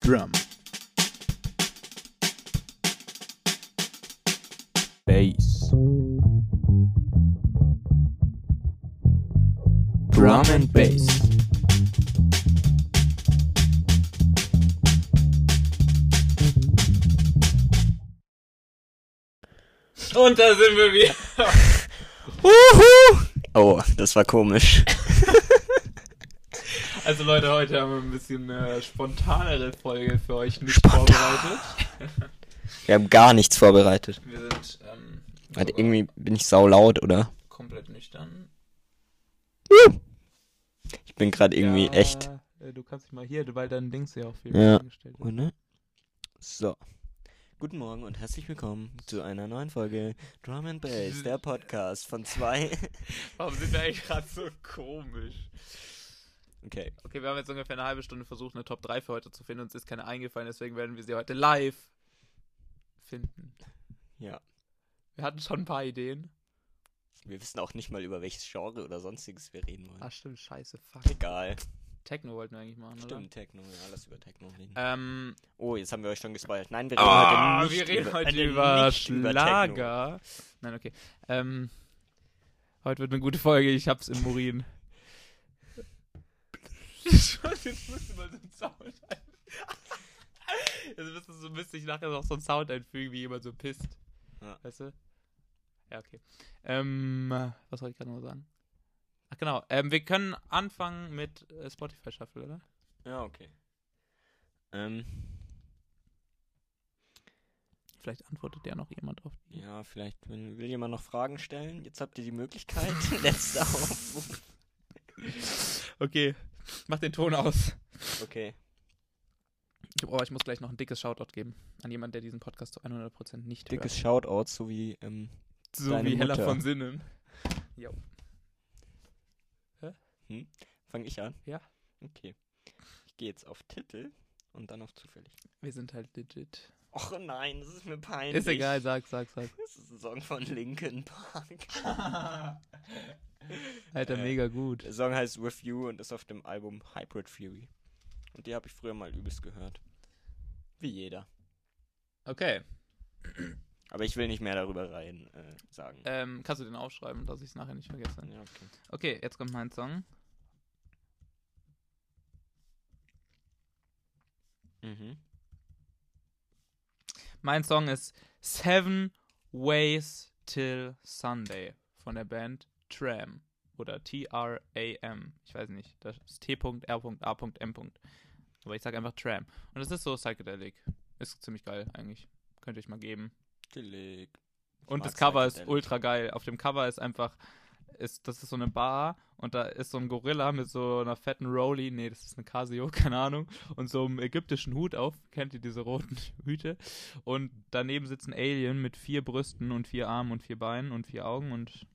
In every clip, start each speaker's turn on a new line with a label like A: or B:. A: drum.
B: bass. Drum and bass.
C: Und da sind wir wieder.
D: Uhu. Oh, das war komisch.
C: Also Leute, heute haben wir ein bisschen äh, spontanere Folge für euch nicht
D: Spontan.
C: vorbereitet.
D: Wir haben gar nichts vorbereitet.
C: Wir sind ähm,
D: Also
C: sogar
D: irgendwie bin ich saulaut, oder?
C: komplett nüchtern.
D: Ich bin gerade irgendwie
C: Ja,
D: echt.
C: äh, Du kannst dich mal hier, weil dein Dings ja auch viel
D: Ja.
C: gestellt wird.
D: Oder? So. Guten Morgen und herzlich willkommen zu einer neuen Folge Drum and Bass, der Podcast von zwei.
C: Warum sind wir eigentlich gerade so komisch?
D: Okay.
C: Okay, wir haben jetzt ungefähr eine halbe Stunde versucht, eine Top 3 für heute zu finden. Uns ist keine eingefallen, deswegen werden wir sie heute live finden.
D: Ja.
C: Wir hatten schon ein paar Ideen.
D: Wir wissen auch nicht mal über welches Genre oder sonstiges wir reden wollen.
C: Ah, stimmt, scheiße, fuck.
D: Egal.
C: Techno wollten wir eigentlich machen,
D: Stimmt, Techno, ja, lass über Techno reden.
C: oder? Ähm,
D: Oh, jetzt haben wir euch schon gespoilt. Nein, wir reden
C: Ah,
D: heute nicht
C: wir reden
D: über,
C: heute
D: äh,
C: über
D: nicht über Techno.
C: Schlager. Nein, okay. Ähm, heute wird eine gute Folge, ich hab's im Urin. Jetzt musst du mal so einen Sound ein. Jetzt müsstest du so müsste ich nachher noch so einen Sound einfügen, wie jemand so pisst.
D: Ja.
C: Weißt du? Ja, okay. Ähm, was wollte ich gerade noch sagen? Ach genau, ähm, wir können anfangen mit äh, Spotify Shuffle, oder?
D: Ja, okay. Ähm,
C: Vielleicht antwortet ja noch jemand auf die.
D: ja, vielleicht wenn, will jemand noch Fragen stellen. Jetzt habt ihr die Möglichkeit. Letzter Aufruf.
C: Okay, mach den Ton aus.
D: Okay.
C: Oh, ich muss gleich noch ein dickes Shoutout geben an jemanden, der diesen Podcast zu 100% nicht
D: Dickes Shoutout, so wie, ähm,
C: hört. So
D: deine
C: wie Hella
D: Mutter.
C: von Sinnen.
D: fang ich an?
C: Ja.
D: Okay. Ich gehe jetzt auf Titel und dann auf zufällig.
C: Wir sind halt legit.
D: Och nein, das ist mir peinlich.
C: Ist egal, sag, sag, sag.
D: Das ist ein Song von Linkin Park.
C: Alter,
D: Äh,
C: mega gut.
D: Der Song heißt With You und ist auf dem Album Hybrid Theory. Und die habe ich früher mal übelst gehört. Wie jeder.
C: Okay.
D: Aber ich will nicht mehr darüber rein äh, sagen.
C: Ähm, kannst du den aufschreiben, dass ich es nachher nicht vergesse?
D: Ja, okay.
C: Okay, jetzt kommt mein Song.
D: Mhm.
C: Mein Song ist Seven Ways Till Sunday von der Band Tram. Oder T-R-A-M. Ich weiß nicht. Das ist T.R.A.M. Aber ich sage einfach Tram. Und es ist so psychedelic. Ist ziemlich geil eigentlich. Könnt ihr euch mal geben.
D: Gelegt. Ich
C: Und
D: mag
C: das Cover ist
D: Psychedelic.
C: ultra geil. Auf dem Cover ist einfach, ist, das ist so eine Bar und da ist so ein Gorilla mit so einer fetten Rolli, nee, das ist eine Casio, keine Ahnung, und so einem ägyptischen Hut auf. Kennt ihr diese roten Hüte? Und daneben sitzt ein Alien mit vier Brüsten und vier Armen und vier Beinen und vier Augen und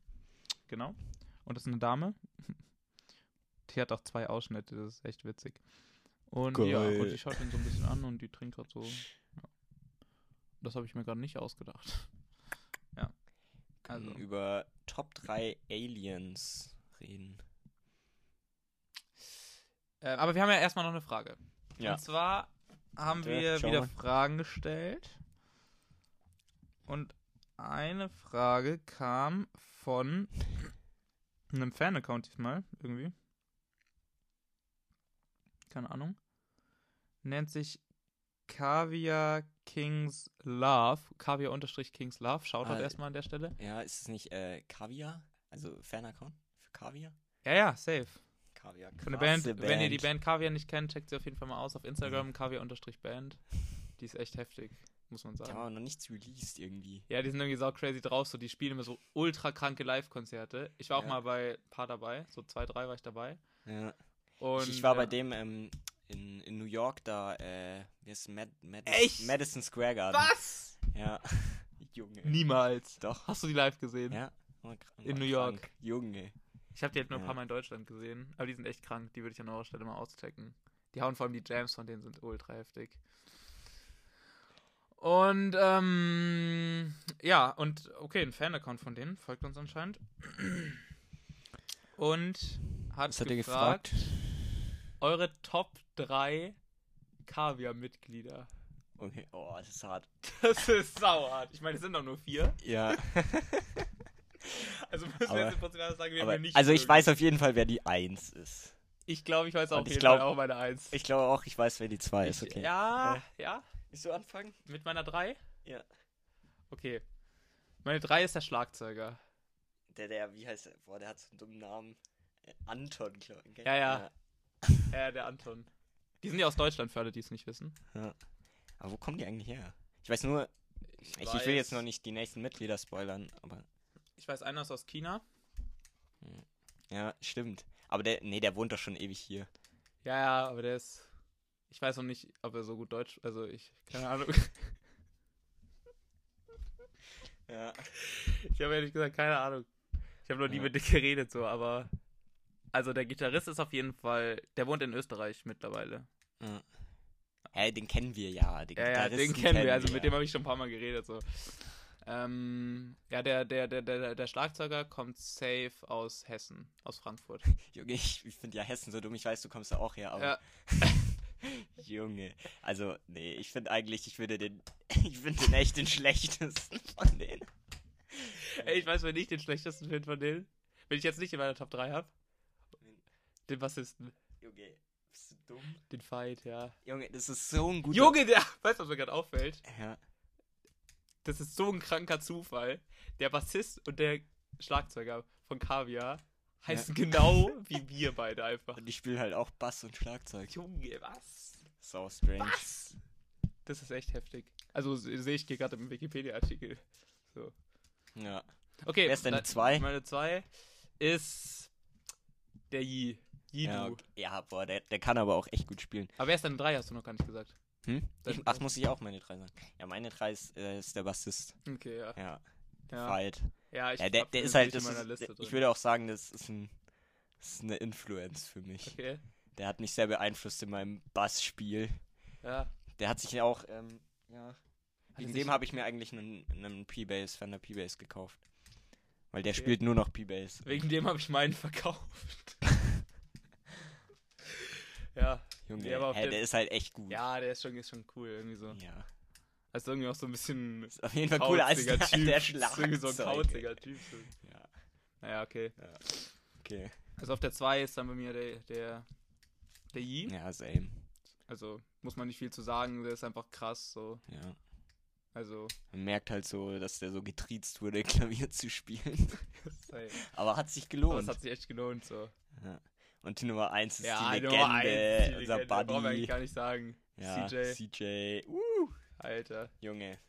C: genau. Und das ist eine Dame. Die hat auch zwei Ausschnitte, das ist echt witzig. Und ja,
D: Geil.
C: und die schaut ihn so ein bisschen an und die trinkt gerade so. Ja. Das habe ich mir gerade nicht ausgedacht. Ja.
D: Können
C: Also.
D: über Top 3 Aliens reden.
C: Äh, aber wir haben ja erstmal noch eine Frage.
D: Ja.
C: Und zwar haben
D: Bitte,
C: wir
D: schau
C: wieder
D: mal.
C: Fragen gestellt. Und eine Frage kam von einem Fan-Account diesmal, irgendwie. Keine Ahnung. Nennt sich Kaviar Kings Love. Kaviar unterstrich Kings Love. Shoutout
D: Ah,
C: erstmal an der Stelle.
D: Ja, ist es nicht äh, Kaviar? Also Fan-Account für Kaviar?
C: Ja, ja, safe.
D: Kaviar.
C: Von der Band.
D: krasse Mhm.
C: Wenn ihr die Band Kaviar nicht kennt, checkt sie auf jeden Fall mal aus auf Instagram, kaviar-band. Die ist echt heftig, muss man
D: Die
C: sagen.
D: haben aber noch nichts released irgendwie.
C: Ja, die sind irgendwie sau crazy drauf, so die spielen immer so ultra kranke Live-Konzerte. Ich war auch
D: Ja.
C: mal bei ein paar dabei, so zwei, drei war ich dabei.
D: Ja.
C: Und
D: ich, ich war
C: ja.
D: bei dem ähm, in, in New York da, äh, wie ist Mad Mad
C: Echt?
D: Madison Square Garden.
C: Was?
D: Ja. Junge.
C: Niemals.
D: Doch.
C: Hast du die live gesehen?
D: Ja. War kr-
C: In
D: war
C: New York.
D: krank. Junge.
C: Ich habe die halt nur ein
D: Ja.
C: paar Mal in Deutschland gesehen, aber die sind echt krank, die würde ich an eurer Stelle mal auschecken. Die hauen vor allem die Jams von denen sind ultra heftig. Und ähm, ja, und okay, ein Fan-Account von denen, folgt uns anscheinend. Und hat,
D: Was hat er
C: gefragt,
D: gefragt?
C: eure Top 3 Kaviar-Mitglieder.
D: Okay, oh, das ist hart.
C: Das ist sauer. Ich meine, es sind doch nur vier.
D: Ja.
C: Also müssen
D: Aber-
C: wir jetzt im Prinzip sagen, wir
D: Aber,
C: haben nicht.
D: also ich
C: mögen.
D: weiß auf jeden Fall, wer die 1 ist.
C: Ich glaube, ich weiß auf
D: Und ich
C: jeden
D: glaub-
C: Fall auch meine Eins.
D: Ich glaube auch, ich weiß, wer die 2 ist. Okay.
C: Ja, ja.
D: Willst du anfangen?
C: Mit meiner drei?
D: Ja.
C: Okay. Meine drei ist der Schlagzeuger.
D: Der, der, wie heißt der? Boah, der hat so einen dummen Namen. Äh, Anton, glaube ich. gell?
C: Ja, ja. Äh, der Anton. Die sind ja aus Deutschland, für alle, die es nicht wissen.
D: Aber wo kommen die eigentlich her? Ich weiß nur, ich, ich, will jetzt noch nicht die nächsten Mitglieder spoilern, aber.
C: Ich weiß, einer ist aus China.
D: Ja, stimmt. Aber der, nee, der wohnt doch schon ewig hier.
C: Ja, ja, aber der ist. Ich weiß noch nicht, ob er so gut Deutsch. Also ich. Keine Ahnung.
D: Ja.
C: ich habe ehrlich gesagt keine Ahnung. Ich habe noch nie
D: Ja.
C: mit dir geredet, so, aber. Also der Gitarrist ist auf jeden Fall. Der wohnt in Österreich mittlerweile.
D: Hä, den kennen wir ja. Den
C: Ja, ja, den
D: Gitarristen
C: kennen wir. Also mit
D: ja.
C: dem habe ich schon ein paar Mal geredet. So. Ähm, ja, der, der, der, der, der Schlagzeuger kommt safe aus Hessen, aus Frankfurt.
D: Junge, ich, ich finde ja Hessen so dumm. Ich weiß, du kommst da auch her, aber.
C: Ja.
D: Junge. Also, nee, ich finde eigentlich, ich würde den. ich finde den echt den schlechtesten von denen.
C: Ey, ich weiß, wenn ich den schlechtesten finde von denen, wenn ich jetzt nicht in meiner Top 3 habe, den Bassisten,
D: Junge, bist du dumm?
C: den Fight, ja.
D: Junge, das ist so ein guter.
C: Junge, der, weißt du, was mir gerade auffällt?
D: Ja.
C: Das ist so ein kranker Zufall. Der Bassist und der Schlagzeuger von Kaviar heißen genau wie wir beide einfach.
D: Und die spielen halt auch Bass und Schlagzeug.
C: Junge, was?
D: So strange.
C: Was? Das ist echt heftig. Also se- sehe ich hier gerade im Wikipedia-Artikel. So.
D: Ja.
C: Okay.
D: Wer ist deine
C: da-
D: zwei?
C: Meine zwei ist der Yi. Yidu.
D: Ja, okay. ja, boah, der, der kann aber auch echt gut spielen.
C: Aber wer ist deine drei, hast du noch gar nicht gesagt.
D: Hm?
C: Das-
D: Ich, ach, muss ich auch meine drei sagen? Ja, meine drei ist, äh, ist der Bassist.
C: Okay, ja.
D: Ja,
C: Ja,
D: Fight.
C: ja ich
D: Ja, der,
C: hab
D: der
C: den
D: ist halt,
C: nicht
D: das
C: in meiner
D: ist,
C: Liste drin.
D: ich würde auch sagen, das ist, ein, das ist eine Influence für mich.
C: Okay,
D: Der hat mich sehr beeinflusst in meinem Bassspiel.
C: ja.
D: Der hat sich auch, ähm, ja. Wegen
C: sich-
D: dem habe ich mir eigentlich einen, einen P-Bass, Fender P-Bass gekauft. Weil der
C: Okay.
D: spielt nur noch P-Bass.
C: Wegen dem habe ich meinen verkauft. ja.
D: Junge,
C: Ja, aber auf
D: hä,
C: den-
D: der ist halt echt gut.
C: Ja, der ist schon, ist schon cool, irgendwie so.
D: ja.
C: Also irgendwie auch so ein bisschen
D: Ist auf jeden Fall cooler als der,
C: kauziger Typ.
D: der
C: Ist irgendwie so ein
D: Schlagzeug.
C: kauziger Typ. so.
D: Ja,
C: Naja, okay.
D: okay.
C: Also auf der 2 ist dann bei mir der, der, der Yi.
D: Ja, same.
C: Also muss man nicht viel zu sagen, der ist einfach krass so.
D: Ja.
C: Also,
D: Man merkt halt so, dass der so getriezt wurde, Klavier zu spielen.
C: ey,
D: Aber hat sich
C: aber
D: gelohnt.
C: es hat sich echt gelohnt so.
D: Und die Nummer 1 ist
C: Ja,
D: die Legende,
C: Nummer eins, die
D: unser
C: Legende, brauchen wir eigentlich
D: Buddy.
C: gar nicht sagen.
D: Ja,
C: CJ,
D: CJ. Uh,
C: Alter.
D: Junge.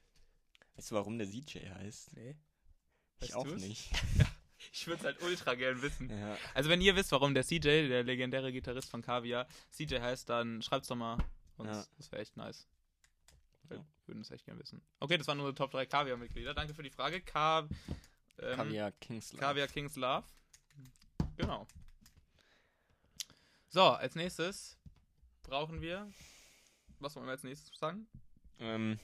D: Weißt du, warum der CJ heißt?
C: Nee.
D: ich
C: Weißt
D: auch
C: du's?
D: nicht.
C: Ich würde es halt ultra gern wissen.
D: Ja.
C: Also wenn ihr wisst, warum der CJ, der legendäre Gitarrist von Kaviar, CJ heißt, dann schreibt's doch mal uns.
D: Ja.
C: Das wäre echt nice. Wir
D: Ja.
C: würden es echt gern wissen. Okay, das waren unsere Top 3 Kaviar-Mitglieder. Danke für die Frage. Ka ähm,
D: Kaviar Kingsley.
C: Kaviar Kings Love. Genau. So, als nächstes brauchen wir. Was wollen wir als nächstes sagen?
D: Ähm,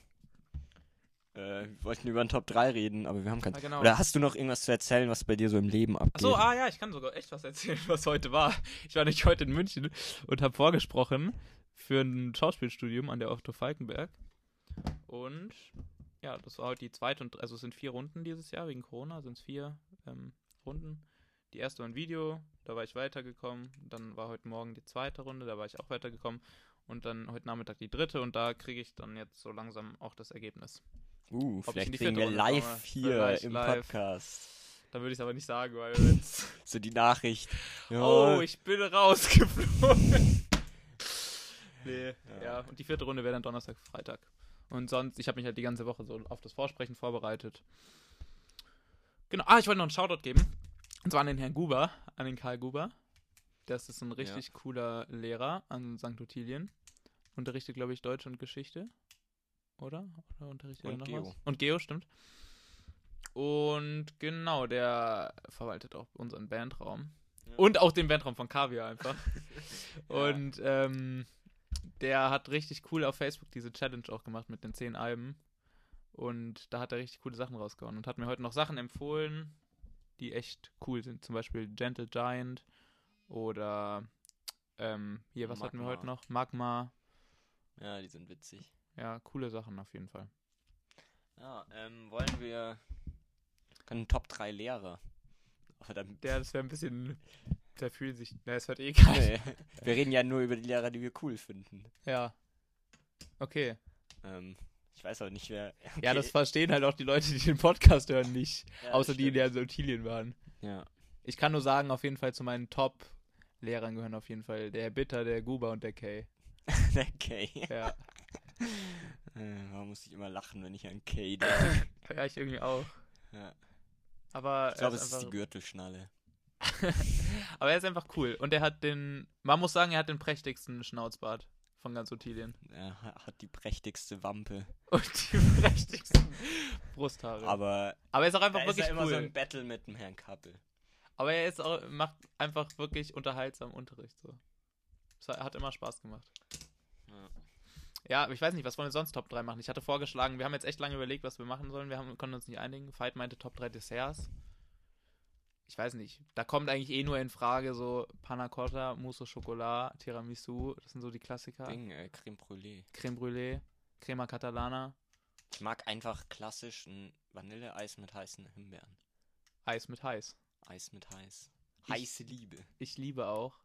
D: äh, wir wollten über den Top 3 reden, aber wir haben keinen.
C: Ah, genau.
D: Oder hast du noch irgendwas zu erzählen, was bei dir so im Leben abgeht?
C: Achso, ah ja, ich kann sogar echt was erzählen, was heute war. Ich war nämlich heute in München und habe vorgesprochen für ein Schauspielstudium an der Otto Falkenberg. Und ja, das war heute die zweite und also es sind vier Runden dieses Jahr wegen Corona, sind es vier ähm, Runden. Die erste war ein Video, da war ich weitergekommen. Dann war heute Morgen die zweite Runde, da war ich auch weitergekommen. Und dann heute Nachmittag die dritte und da kriege ich dann jetzt so langsam auch das Ergebnis.
D: Uh,
C: ah, Ob ich in
D: vielleicht
C: die
D: kriegen
C: vierte
D: wir
C: Runde
D: live
C: komme.
D: hier
C: Vielleicht
D: im
C: live.
D: Podcast.
C: Da würde ich es aber nicht sagen, weil wenn's
D: So die Nachricht. Ja,
C: Oh, ich bin rausgeflogen. nee, ja. Und die vierte Runde wäre dann Donnerstag, Freitag. Und sonst, ich habe mich halt die ganze Woche so auf das Vorsprechen vorbereitet. Genau. Ah, ich wollte noch einen Shoutout geben. Und zwar an den Herrn Guber, an den Karl Guber. Das ist ein richtig cooler Lehrer an St. Ottilien. Unterrichtet, glaube ich, Deutsch und Geschichte. Oder? Oder unterrichtet er
D: Und
C: noch
D: Geo.
C: was? Und Geo, stimmt. Und genau, der verwaltet auch unseren Bandraum.
D: Ja.
C: Und auch den Bandraum von Kaviar einfach.
D: Ja.
C: Und ähm, der hat richtig cool auf Facebook diese Challenge auch gemacht mit den zehn Alben. Und da hat er richtig coole Sachen rausgehauen und hat mir heute noch Sachen empfohlen, die echt cool sind. Zum Beispiel Gentle Giant oder ähm, hier, was hatten wir
D: Magma.
C: heute noch? Magma.
D: Ja, die sind witzig.
C: Ja, coole Sachen auf jeden Fall.
D: Ja, ähm, wollen wir. Können Top 3 Lehrer. Aber dann.
C: Ja, das wäre ein bisschen. Da fühlen sich. Na, es hört eh keiner.
D: Nee, wir reden ja nur über die Lehrer, die wir cool finden.
C: Ja. Okay.
D: Ähm, ich weiß auch nicht, wer.
C: Ja,
D: Okay,
C: das verstehen halt auch die Leute, die den Podcast hören, nicht.
D: ja,
C: außer
D: das
C: die, die
D: stimmt.
C: an Sotilien waren.
D: Ja.
C: Ich kann nur sagen, auf jeden Fall zu meinen Top-Lehrern gehören auf jeden Fall der Bitter, der Guba und der Kay.
D: okay.
C: Ja.
D: Äh, Warum muss ich immer lachen, wenn ich an Kay denke?
C: ja, ich irgendwie auch.
D: Ja.
C: Aber
D: Ich glaube,
C: er, ist
D: es ist die
C: einfach,
D: Gürtelschnalle.
C: aber er ist einfach cool. Und er hat den, man muss sagen, er hat den prächtigsten Schnauzbart von ganz Ottilien.
D: Er ha- hat die prächtigste Wampe.
C: Und die prächtigsten Brusthaare. Aber,
D: Aber
C: er ist auch Also, einfach
D: da ist
C: wirklich
D: ja immer
C: cool.
D: so ein Battle mit dem Herrn Kappel.
C: aber er ist auch, macht einfach wirklich unterhaltsam Unterricht. So. Es hat immer Spaß gemacht.
D: Ja.
C: Ja, aber ich weiß nicht, was wollen wir sonst Top 3 machen? Ich hatte vorgeschlagen, wir haben jetzt echt lange überlegt, was wir machen sollen. Wir haben, konnten uns nicht einigen. Veit meinte Top 3 Desserts. Ich weiß nicht. Da kommt eigentlich eh nur in Frage so Panna Cotta, Mousse au Chocolat, Tiramisu. Das sind so die Klassiker.
D: Ding, äh, Creme Brûlée.
C: Creme Brûlée, Crema Catalana,
D: Ich mag einfach klassisch ein Vanilleeis mit heißen Himbeeren.
C: Eis mit Heiß.
D: Eis mit heiß.
C: Ich-
D: Heiße Liebe.
C: Ich liebe auch.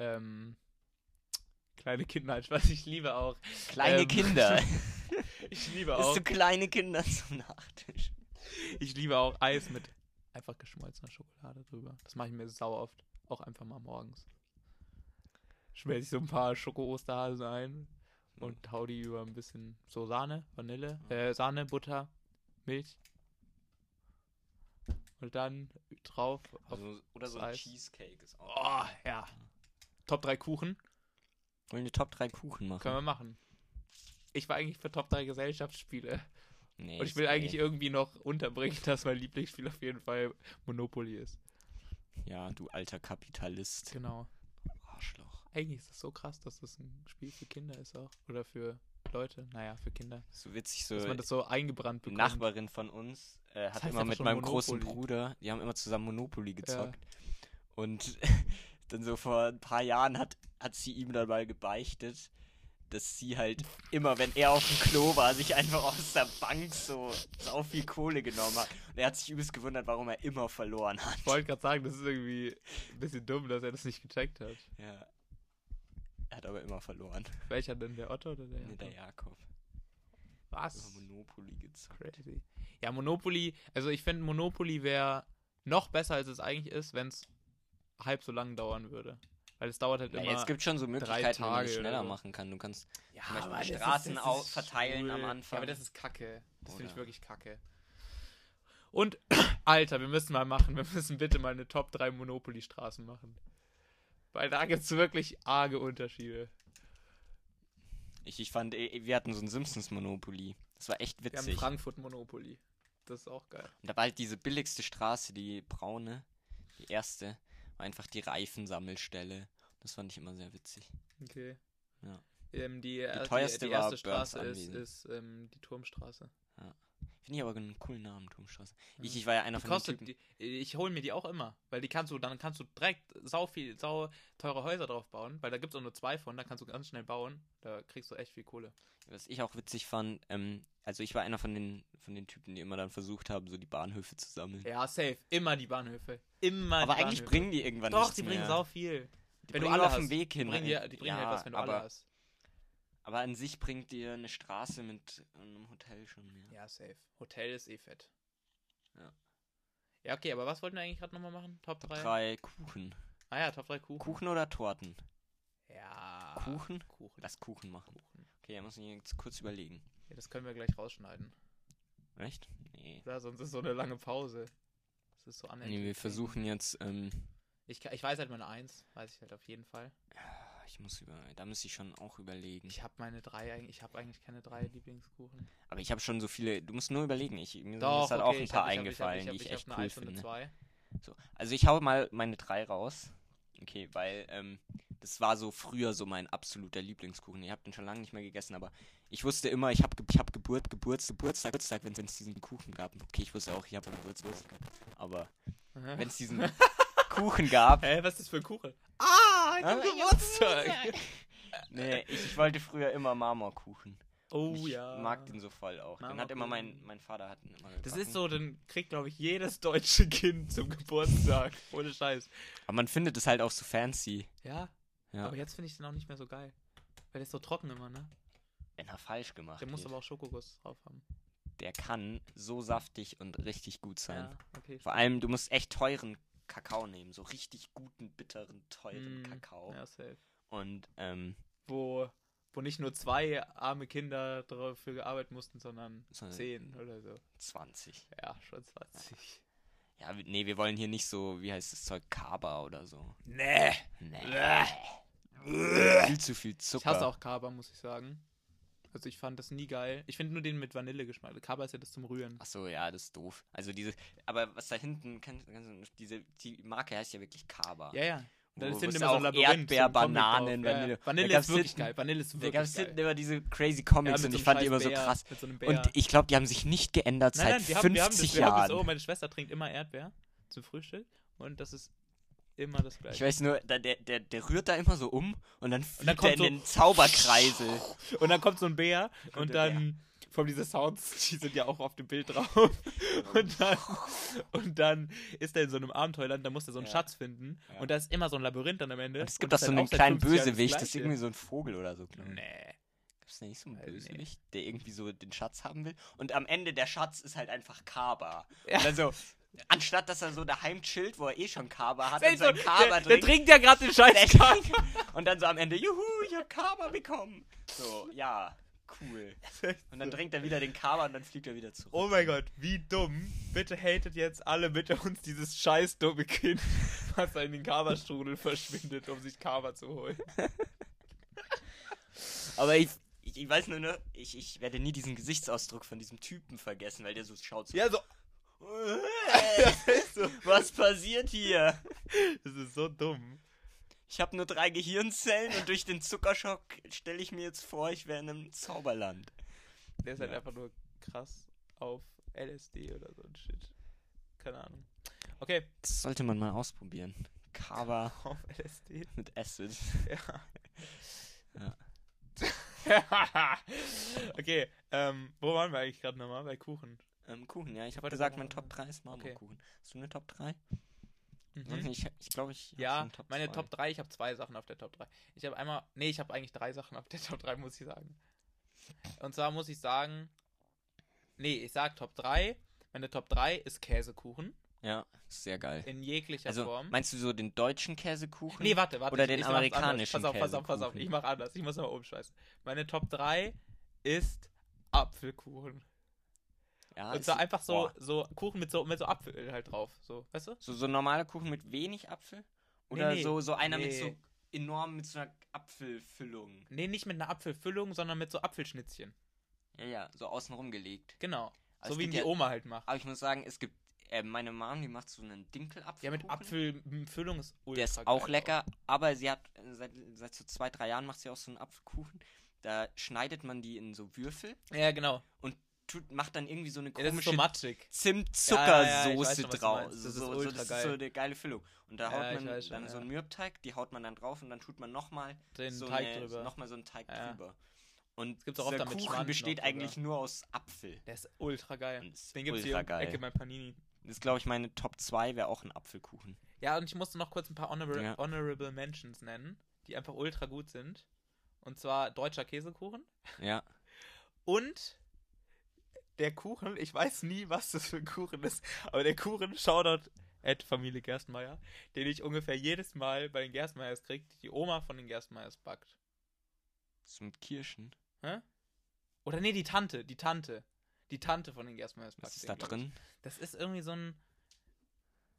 C: Ähm, kleine Kinder, ich weiß, ich liebe auch.
D: Kleine
C: Ähm,
D: Kinder.
C: Ich liebe
D: Ist
C: auch.
D: du kleine Kinder zum Nachtisch?
C: Ich liebe auch Eis mit einfach geschmolzener Schokolade drüber. Das mache ich mir sau oft. Auch einfach mal morgens. Schmelze ich so ein paar Schoko-Osterhasen ein und hau die über ein bisschen so Sahne, Vanille, äh, Sahne, Butter, Milch. Und dann drauf. Auf,
D: Also, oder so
C: das
D: ein
C: Eis.
D: Cheesecake ist auch.
C: oh, ja. Top 3 Kuchen
D: Wollen wir Top 3 Kuchen machen?
C: können wir machen. Ich war eigentlich für Top 3 Gesellschaftsspiele.
D: Nee,
C: Und ich
D: ist
C: will
D: okay.
C: eigentlich irgendwie noch unterbringen, dass mein Lieblingsspiel auf jeden Fall Monopoly ist.
D: Ja, du alter Kapitalist.
C: Genau.
D: Arschloch.
C: Eigentlich ist das so krass, dass das ein Spiel für Kinder ist auch. Oder für Leute. Naja, für Kinder.
D: So witzig, so
C: Dass man das so eingebrannt
D: eine
C: bekommt.
D: Nachbarin von uns äh,
C: Das
D: hat
C: heißt
D: immer
C: einfach
D: mit
C: schon
D: meinem großen
C: Monopoly.
D: Bruder, die haben immer zusammen Monopoly gezockt. Und dann so vor ein paar Jahren hat, hat sie ihm dann mal gebeichtet, dass sie halt immer, wenn er auf dem Klo war, sich einfach aus der Bank so sau viel Kohle genommen hat. Und er hat sich übelst gewundert, warum er immer verloren hat.
C: Ich wollte gerade sagen, das ist irgendwie ein bisschen dumm, dass er das nicht gecheckt hat.
D: Ja. Er hat aber immer verloren.
C: Welcher denn? Der Otto oder der?
D: Nee, der
C: Jakob?
D: Jakob. Immer
C: Was?
D: Monopoly gezockt.
C: Crazy. Ja, Monopoly. Also ich finde, Monopoly wäre noch besser, als es eigentlich ist, wenn es halb so lang dauern würde. Weil es dauert halt
D: Ja,
C: immer.
D: jetzt gibt schon so Möglichkeiten, wie man
C: Tage
D: es
C: oder
D: schneller
C: so.
D: machen kann. Du kannst
C: ja,
D: zum Beispiel
C: aber das
D: Straßen
C: das
D: au- verteilen am
C: schwul.
D: Anfang.
C: Ja, aber das ist kacke. Das finde ich
D: Oder-
C: wirklich kacke. Und, Alter, wir müssen mal machen, wir müssen bitte mal eine Top 3 Monopoly-Straßen machen. Weil da gibt es wirklich arge Unterschiede.
D: Ich, ich fand, eh, wir hatten so ein Simpsons Monopoly. Das war echt
C: Wir haben
D: witzig. Und
C: Frankfurt Monopoly. Das ist auch geil.
D: da war halt diese billigste Straße, die braune, die erste, war einfach die Reifensammelstelle. Das fand ich immer sehr witzig.
C: Okay.
D: Ja.
C: Ähm, die, äh,
D: teuerste
C: die, die
D: war
C: erste
D: Burns
C: Straße ist,
D: Anwesen.
C: ist ähm, die Turmstraße.
D: Finde ich aber einen coolen Namen, Turmstraße. Ich,
C: Ja.
D: ich war ja einer
C: Die
D: von den
C: kostet,
D: Typen.
C: die, ich hole mir die auch immer, weil die kannst du, dann kannst du direkt sau viel, sau teure Häuser drauf bauen, weil da gibt es auch nur zwei von, da kannst du ganz schnell bauen, da kriegst du echt viel Kohle.
D: Was ich auch witzig fand, ähm, also ich war einer von den, von den Typen, die immer dann versucht haben, so die Bahnhöfe zu sammeln.
C: Ja, safe, immer die Bahnhöfe, immer
D: aber
C: die
D: eigentlich
C: Bahnhöfe.
D: bringen die irgendwann
C: Doch,
D: nichts
C: die bringen
D: mehr.
C: sau viel.
D: Die
C: wenn du
D: bringen
C: alle
D: auf dem
C: hast,
D: Weg
C: Die
D: hin.
C: bringen,
D: äh,
C: dir, die bringen
D: ja,
C: halt was, wenn du
D: aber,
C: alle hast.
D: aber an sich bringt dir eine Straße mit einem Hotel schon mehr.
C: Ja, safe. Hotel ist eh fett.
D: Ja.
C: Ja, okay, aber was wollten wir eigentlich gerade nochmal machen? Top 3?
D: Drei Kuchen.
C: Ah ja, Top 3 Kuchen.
D: Kuchen oder Torten?
C: Ja.
D: Kuchen?
C: Kuchen.
D: Lass Kuchen machen.
C: Kuchen.
D: Okay, da muss ich jetzt kurz überlegen.
C: Ja, das können wir gleich rausschneiden.
D: Echt? Nee.
C: Ja, sonst ist so eine lange Pause. Das ist so anerkannt.
D: Nee, wir versuchen jetzt, ähm,
C: Ich, ka- ich weiß halt meine Eins, weiß ich halt auf jeden Fall.
D: ah, ich muss über, da muss ich schon auch überlegen.
C: Ich habe meine drei eigentlich, ich habe eigentlich keine drei Lieblingskuchen.
D: Aber ich habe schon so viele, du musst nur überlegen. Ich, mir
C: Doch,
D: sind halt
C: okay,
D: auch ein
C: ich
D: paar
C: hab- ich hab- ich hab-
D: eingefallen,
C: ich hab-
D: die ich
C: ich hab
D: echt
C: eine
D: cool
C: Eins und eine
D: finde.
C: Zwei.
D: So, also ich hau mal meine drei raus. Okay, weil, ähm, das war so früher so mein absoluter Lieblingskuchen. Ich habe den schon lange nicht mehr gegessen, aber ich wusste immer, ich habe ge ich hab Geburt, Geburt, Geburtstag, Geburtstag, wenn es diesen Kuchen gab. Okay, ich wusste auch, ich habe Geburt, Geburtstag. Aber wenn es diesen Kuchen gab,
C: Äh, Hä, was ist das für ein Kuchen? Ah, ich
D: Ah,
C: hab Geburtstag.
D: Nee, ich, ich wollte früher immer Marmorkuchen.
C: Oh
D: ich
C: ja.
D: mag den so voll auch. Den hat immer mein, mein Vater hat ihn immer
C: Das
D: gebacken.
C: ist so, den kriegt, glaube ich, jedes deutsche Kind zum Geburtstag. Ohne Scheiß.
D: Aber man findet es halt auch so fancy.
C: Ja,
D: Ja.
C: aber jetzt finde ich den auch nicht mehr so geil. Weil der ist so trocken immer, ne?
D: Wenn er falsch gemacht
C: Der muss
D: wird.
C: aber auch Schokoguss drauf haben.
D: Der kann so saftig und richtig gut sein.
C: Ja, okay.
D: Vor allem, du musst echt teuren Kakao nehmen. So richtig guten, bitteren,
C: Mm,
D: teuren Kakao.
C: Ja, safe.
D: Und ähm,
C: Wo, wo nicht nur zwei arme Kinder dafür gearbeitet mussten, sondern
D: Sondern-
C: zehn oder so.
D: 20.
C: Ja, schon 20.
D: Ja, w- nee, wir wollen hier nicht so, wie heißt das Zeug, Kaba oder so.
C: Nee.
D: Nee.
C: Bäh.
D: viel zu viel Zucker.
C: Ich hasse auch Kaba, muss ich sagen. Also ich fand das nie geil. Ich finde nur den mit Vanillegeschmack. Kaba ist ja das zum Rühren.
D: Ach so, ja, das ist doof. Also diese, aber was da hinten, kann, kann, diese, die Marke heißt ja wirklich Kaba.
C: Ja, ja.
D: Wo-
C: Da
D: wo
C: ist hinten
D: es
C: immer so
D: auch
C: ein Labyrinth.
D: Erdbeer,
C: so ein Comic
D: Bananen,
C: drauf. Ja,
D: Vanille.
C: Ja. Vanille
D: Da gab's
C: ist wirklich
D: hinten-
C: geil. Vanille ist
D: Da
C: wirklich
D: gab es
C: geil.
D: hinten immer diese crazy
C: Ja,
D: Comics
C: mit
D: und
C: so
D: ich
C: einem
D: fand die
C: scheiß
D: immer so
C: Bär,
D: krass.
C: Mit so einem Bär.
D: Und ich glaube, die haben sich nicht geändert
C: nein, nein,
D: seit
C: wir haben, wir haben das,
D: 50
C: wir haben das, oh,
D: Jahren.
C: meine Schwester trinkt immer Erdbeer zum Frühstück und das ist immer das
D: Ich
C: gleiche.
D: weiß nur, da, der, der, der rührt da immer so um und dann fliegt
C: kommt
D: er in
C: so-
D: den Zauberkreisel.
C: Und dann kommt so ein Bär und
D: der
C: dann vor allem diese Sounds, die sind ja auch auf dem Bild drauf. Und dann, und dann ist er in so einem Abenteuerland, da muss er so einen
D: Ja.
C: Schatz finden.
D: Ja.
C: Und da ist immer so ein Labyrinth dann am Ende.
D: Und es gibt
C: Und
D: auch
C: das
D: so
C: ist halt
D: einen
C: seit
D: kleinen
C: 50 Jahren das
D: Bösewicht, das ist
C: Gleiche.
D: irgendwie so ein Vogel oder so. glaub ich.
C: Nee.
D: Gibt's da nicht so einen
C: Weiß nicht.
D: Bösewicht, der irgendwie so den Schatz haben will? Und am Ende der Schatz ist halt einfach Kaba. Und dann so, anstatt dass er so daheim chillt, wo er eh schon Kaba hat, und
C: Also,
D: sein Kaba
C: der, der
D: trinkt,
C: trinkt ja gerade den scheiß Kack.
D: und dann so am Ende, juhu, ich hab Kaba bekommen. So, ja, cool. Und dann trinkt er wieder den Kaba und dann fliegt er wieder zurück.
C: Oh mein Gott, wie dumm. Bitte hatet jetzt alle bitte uns dieses scheiß dumme Kind, was da in den Kaba-Strudel verschwindet, um sich Kaba zu holen.
D: Aber ich, ich, ich weiß nur, noch, ich, ich werde nie diesen Gesichtsausdruck von diesem Typen vergessen, weil der so schaut so, "Äh,
C: Ja, so.
D: was passiert hier?
C: Das ist so dumm.
D: Ich habe nur drei Gehirnzellen und durch den Zuckerschock stelle ich mir jetzt vor, ich wäre in einem Zauberland.
C: Der ist halt
D: Ja.
C: einfach nur krass auf LSD oder so ein Shit. Keine Ahnung. Okay,
D: Das sollte man mal ausprobieren. Kava
C: auf LSD.
D: mit Acid.
C: Ja. okay, ähm, wo waren wir eigentlich gerade nochmal? Bei Kuchen.
D: Ähm, Kuchen, ja, ich habe
C: Warte, warte,
D: gesagt, mein
C: warte.
D: Top 3 ist Marmorkuchen. Hast du eine Top 3?
C: Mhm.
D: Ich glaube, ich, glaub, ich hab
C: Ja,
D: schon Top
C: meine
D: 2.
C: Top 3, ich habe zwei Sachen auf der Top 3. Ich habe einmal, nee, ich habe eigentlich drei Sachen auf der Top 3, muss ich sagen. Und zwar muss ich sagen, nee, ich sag Top 3. Meine Top 3 ist Käsekuchen
D: Ja, ist sehr geil.
C: in jeglicher
D: also,
C: Form.
D: meinst du so den deutschen Käsekuchen?
C: Nee, warte, warte.
D: Oder
C: ich-
D: den
C: ich mach's anders.
D: amerikanischen
C: Pass auf, pass auf, pass auf.
D: Käsekuchen.
C: Ich mache anders. Ich muss nochmal umschweißen. Meine Top 3 ist Apfelkuchen.
D: ja,
C: Und
D: ist-
C: zwar einfach so,
D: boah.
C: so Kuchen mit so, mit so Apfel halt drauf. So, weißt du?
D: So, so ein normaler Kuchen mit wenig Apfel? Oder
C: nee,
D: so, so einer mit
C: nee.
D: so enorm, mit so einer Apfelfüllung?
C: Nee, nicht mit einer Apfelfüllung, sondern mit so Apfelschnitzchen.
D: Ja, ja, so außenrum gelegt.
C: Genau.
D: Aber Also es
C: so wie
D: gibt
C: die
D: ja-
C: Oma halt macht.
D: Aber ich muss sagen, es gibt, äh, meine Mom, die macht so einen Dinkelapfel.
C: Ja, mit Apfelfüllung ist ultra
D: Der ist
C: geil
D: auch lecker, aber sie hat äh, seit, seit so zwei, drei Jahren macht sie auch so einen Apfelkuchen. Da schneidet man die in so Würfel
C: Ja, genau.
D: und tut, macht dann irgendwie so eine
C: Ja, das ist
D: komische
C: so matschig. Ja, ja, ja, ich weiß
D: Zimtzuckersoße
C: schon, was du
D: drauf.
C: meinst.
D: So,
C: Das ist
D: so, so,
C: ultra
D: das ist
C: geil.
D: so eine geile Füllung. Und
C: Ja,
D: da haut
C: ich
D: man
C: weiß schon,
D: dann so
C: ja.
D: einen Mürbteig, die haut man dann drauf und dann tut man nochmal
C: Den
D: so
C: Teig
D: eine,
C: drüber.
D: Nochmal so einen Teig
C: Ja.
D: drüber. Und
C: gibt's auch oft
D: dieser
C: dann mit
D: Kuchen
C: Schmand
D: besteht
C: noch drüber.
D: eigentlich nur aus Apfel.
C: Der ist ultra geil.
D: Und ist
C: Den gibt's
D: ultra
C: hier in
D: geil.
C: der Ecke bei Panini.
D: Das ist, glaube ich, meine Top 2 wäre auch ein Apfelkuchen.
C: Ja, und ich musste noch kurz ein paar honorable,
D: Ja.
C: honorable Mentions nennen, die einfach ultra gut sind. Und zwar deutscher Käsekuchen
D: Ja.
C: und der Kuchen, ich weiß nie, was das für ein Kuchen ist, aber der Kuchen, Shoutout at Familie Gerstmeier, den ich ungefähr jedes Mal bei den Gerstmeiers kriege, die die Oma von den Gerstmeiers backt.
D: So mit Kirschen.
C: Oder nee, die Tante, die Tante. Die Tante von den Gerstmeiers backt.
D: Was ist
C: den,
D: da
C: glaub ich.
D: drin?
C: Das ist irgendwie so ein.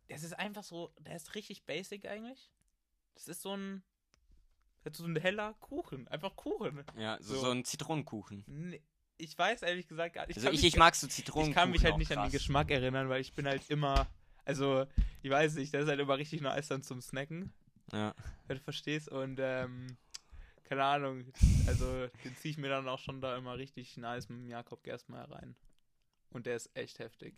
C: Das ist einfach so. Der ist richtig basic eigentlich. Das ist so ein. Das ist so ein heller Kuchen. Einfach Kuchen.
D: Ja, so,
C: So.
D: so. ein Zitronenkuchen.
C: Nee, ich weiß ehrlich gesagt gar nicht.
D: also
C: kann
D: ich,
C: mich
D: ich mag so
C: gar-
D: Zitronenkuchen.
C: ich kann mich halt
D: auch
C: nicht an den
D: krass.
C: Geschmack erinnern, weil ich bin halt immer. Also, ich weiß nicht, das ist halt immer richtig nice dann zum Snacken,
D: Ja.
C: wenn du verstehst. Und, ähm, keine Ahnung. Also, den ziehe ich mir dann auch schon da immer richtig nice mit dem Jakob Gerstmeier rein. Und der ist echt heftig.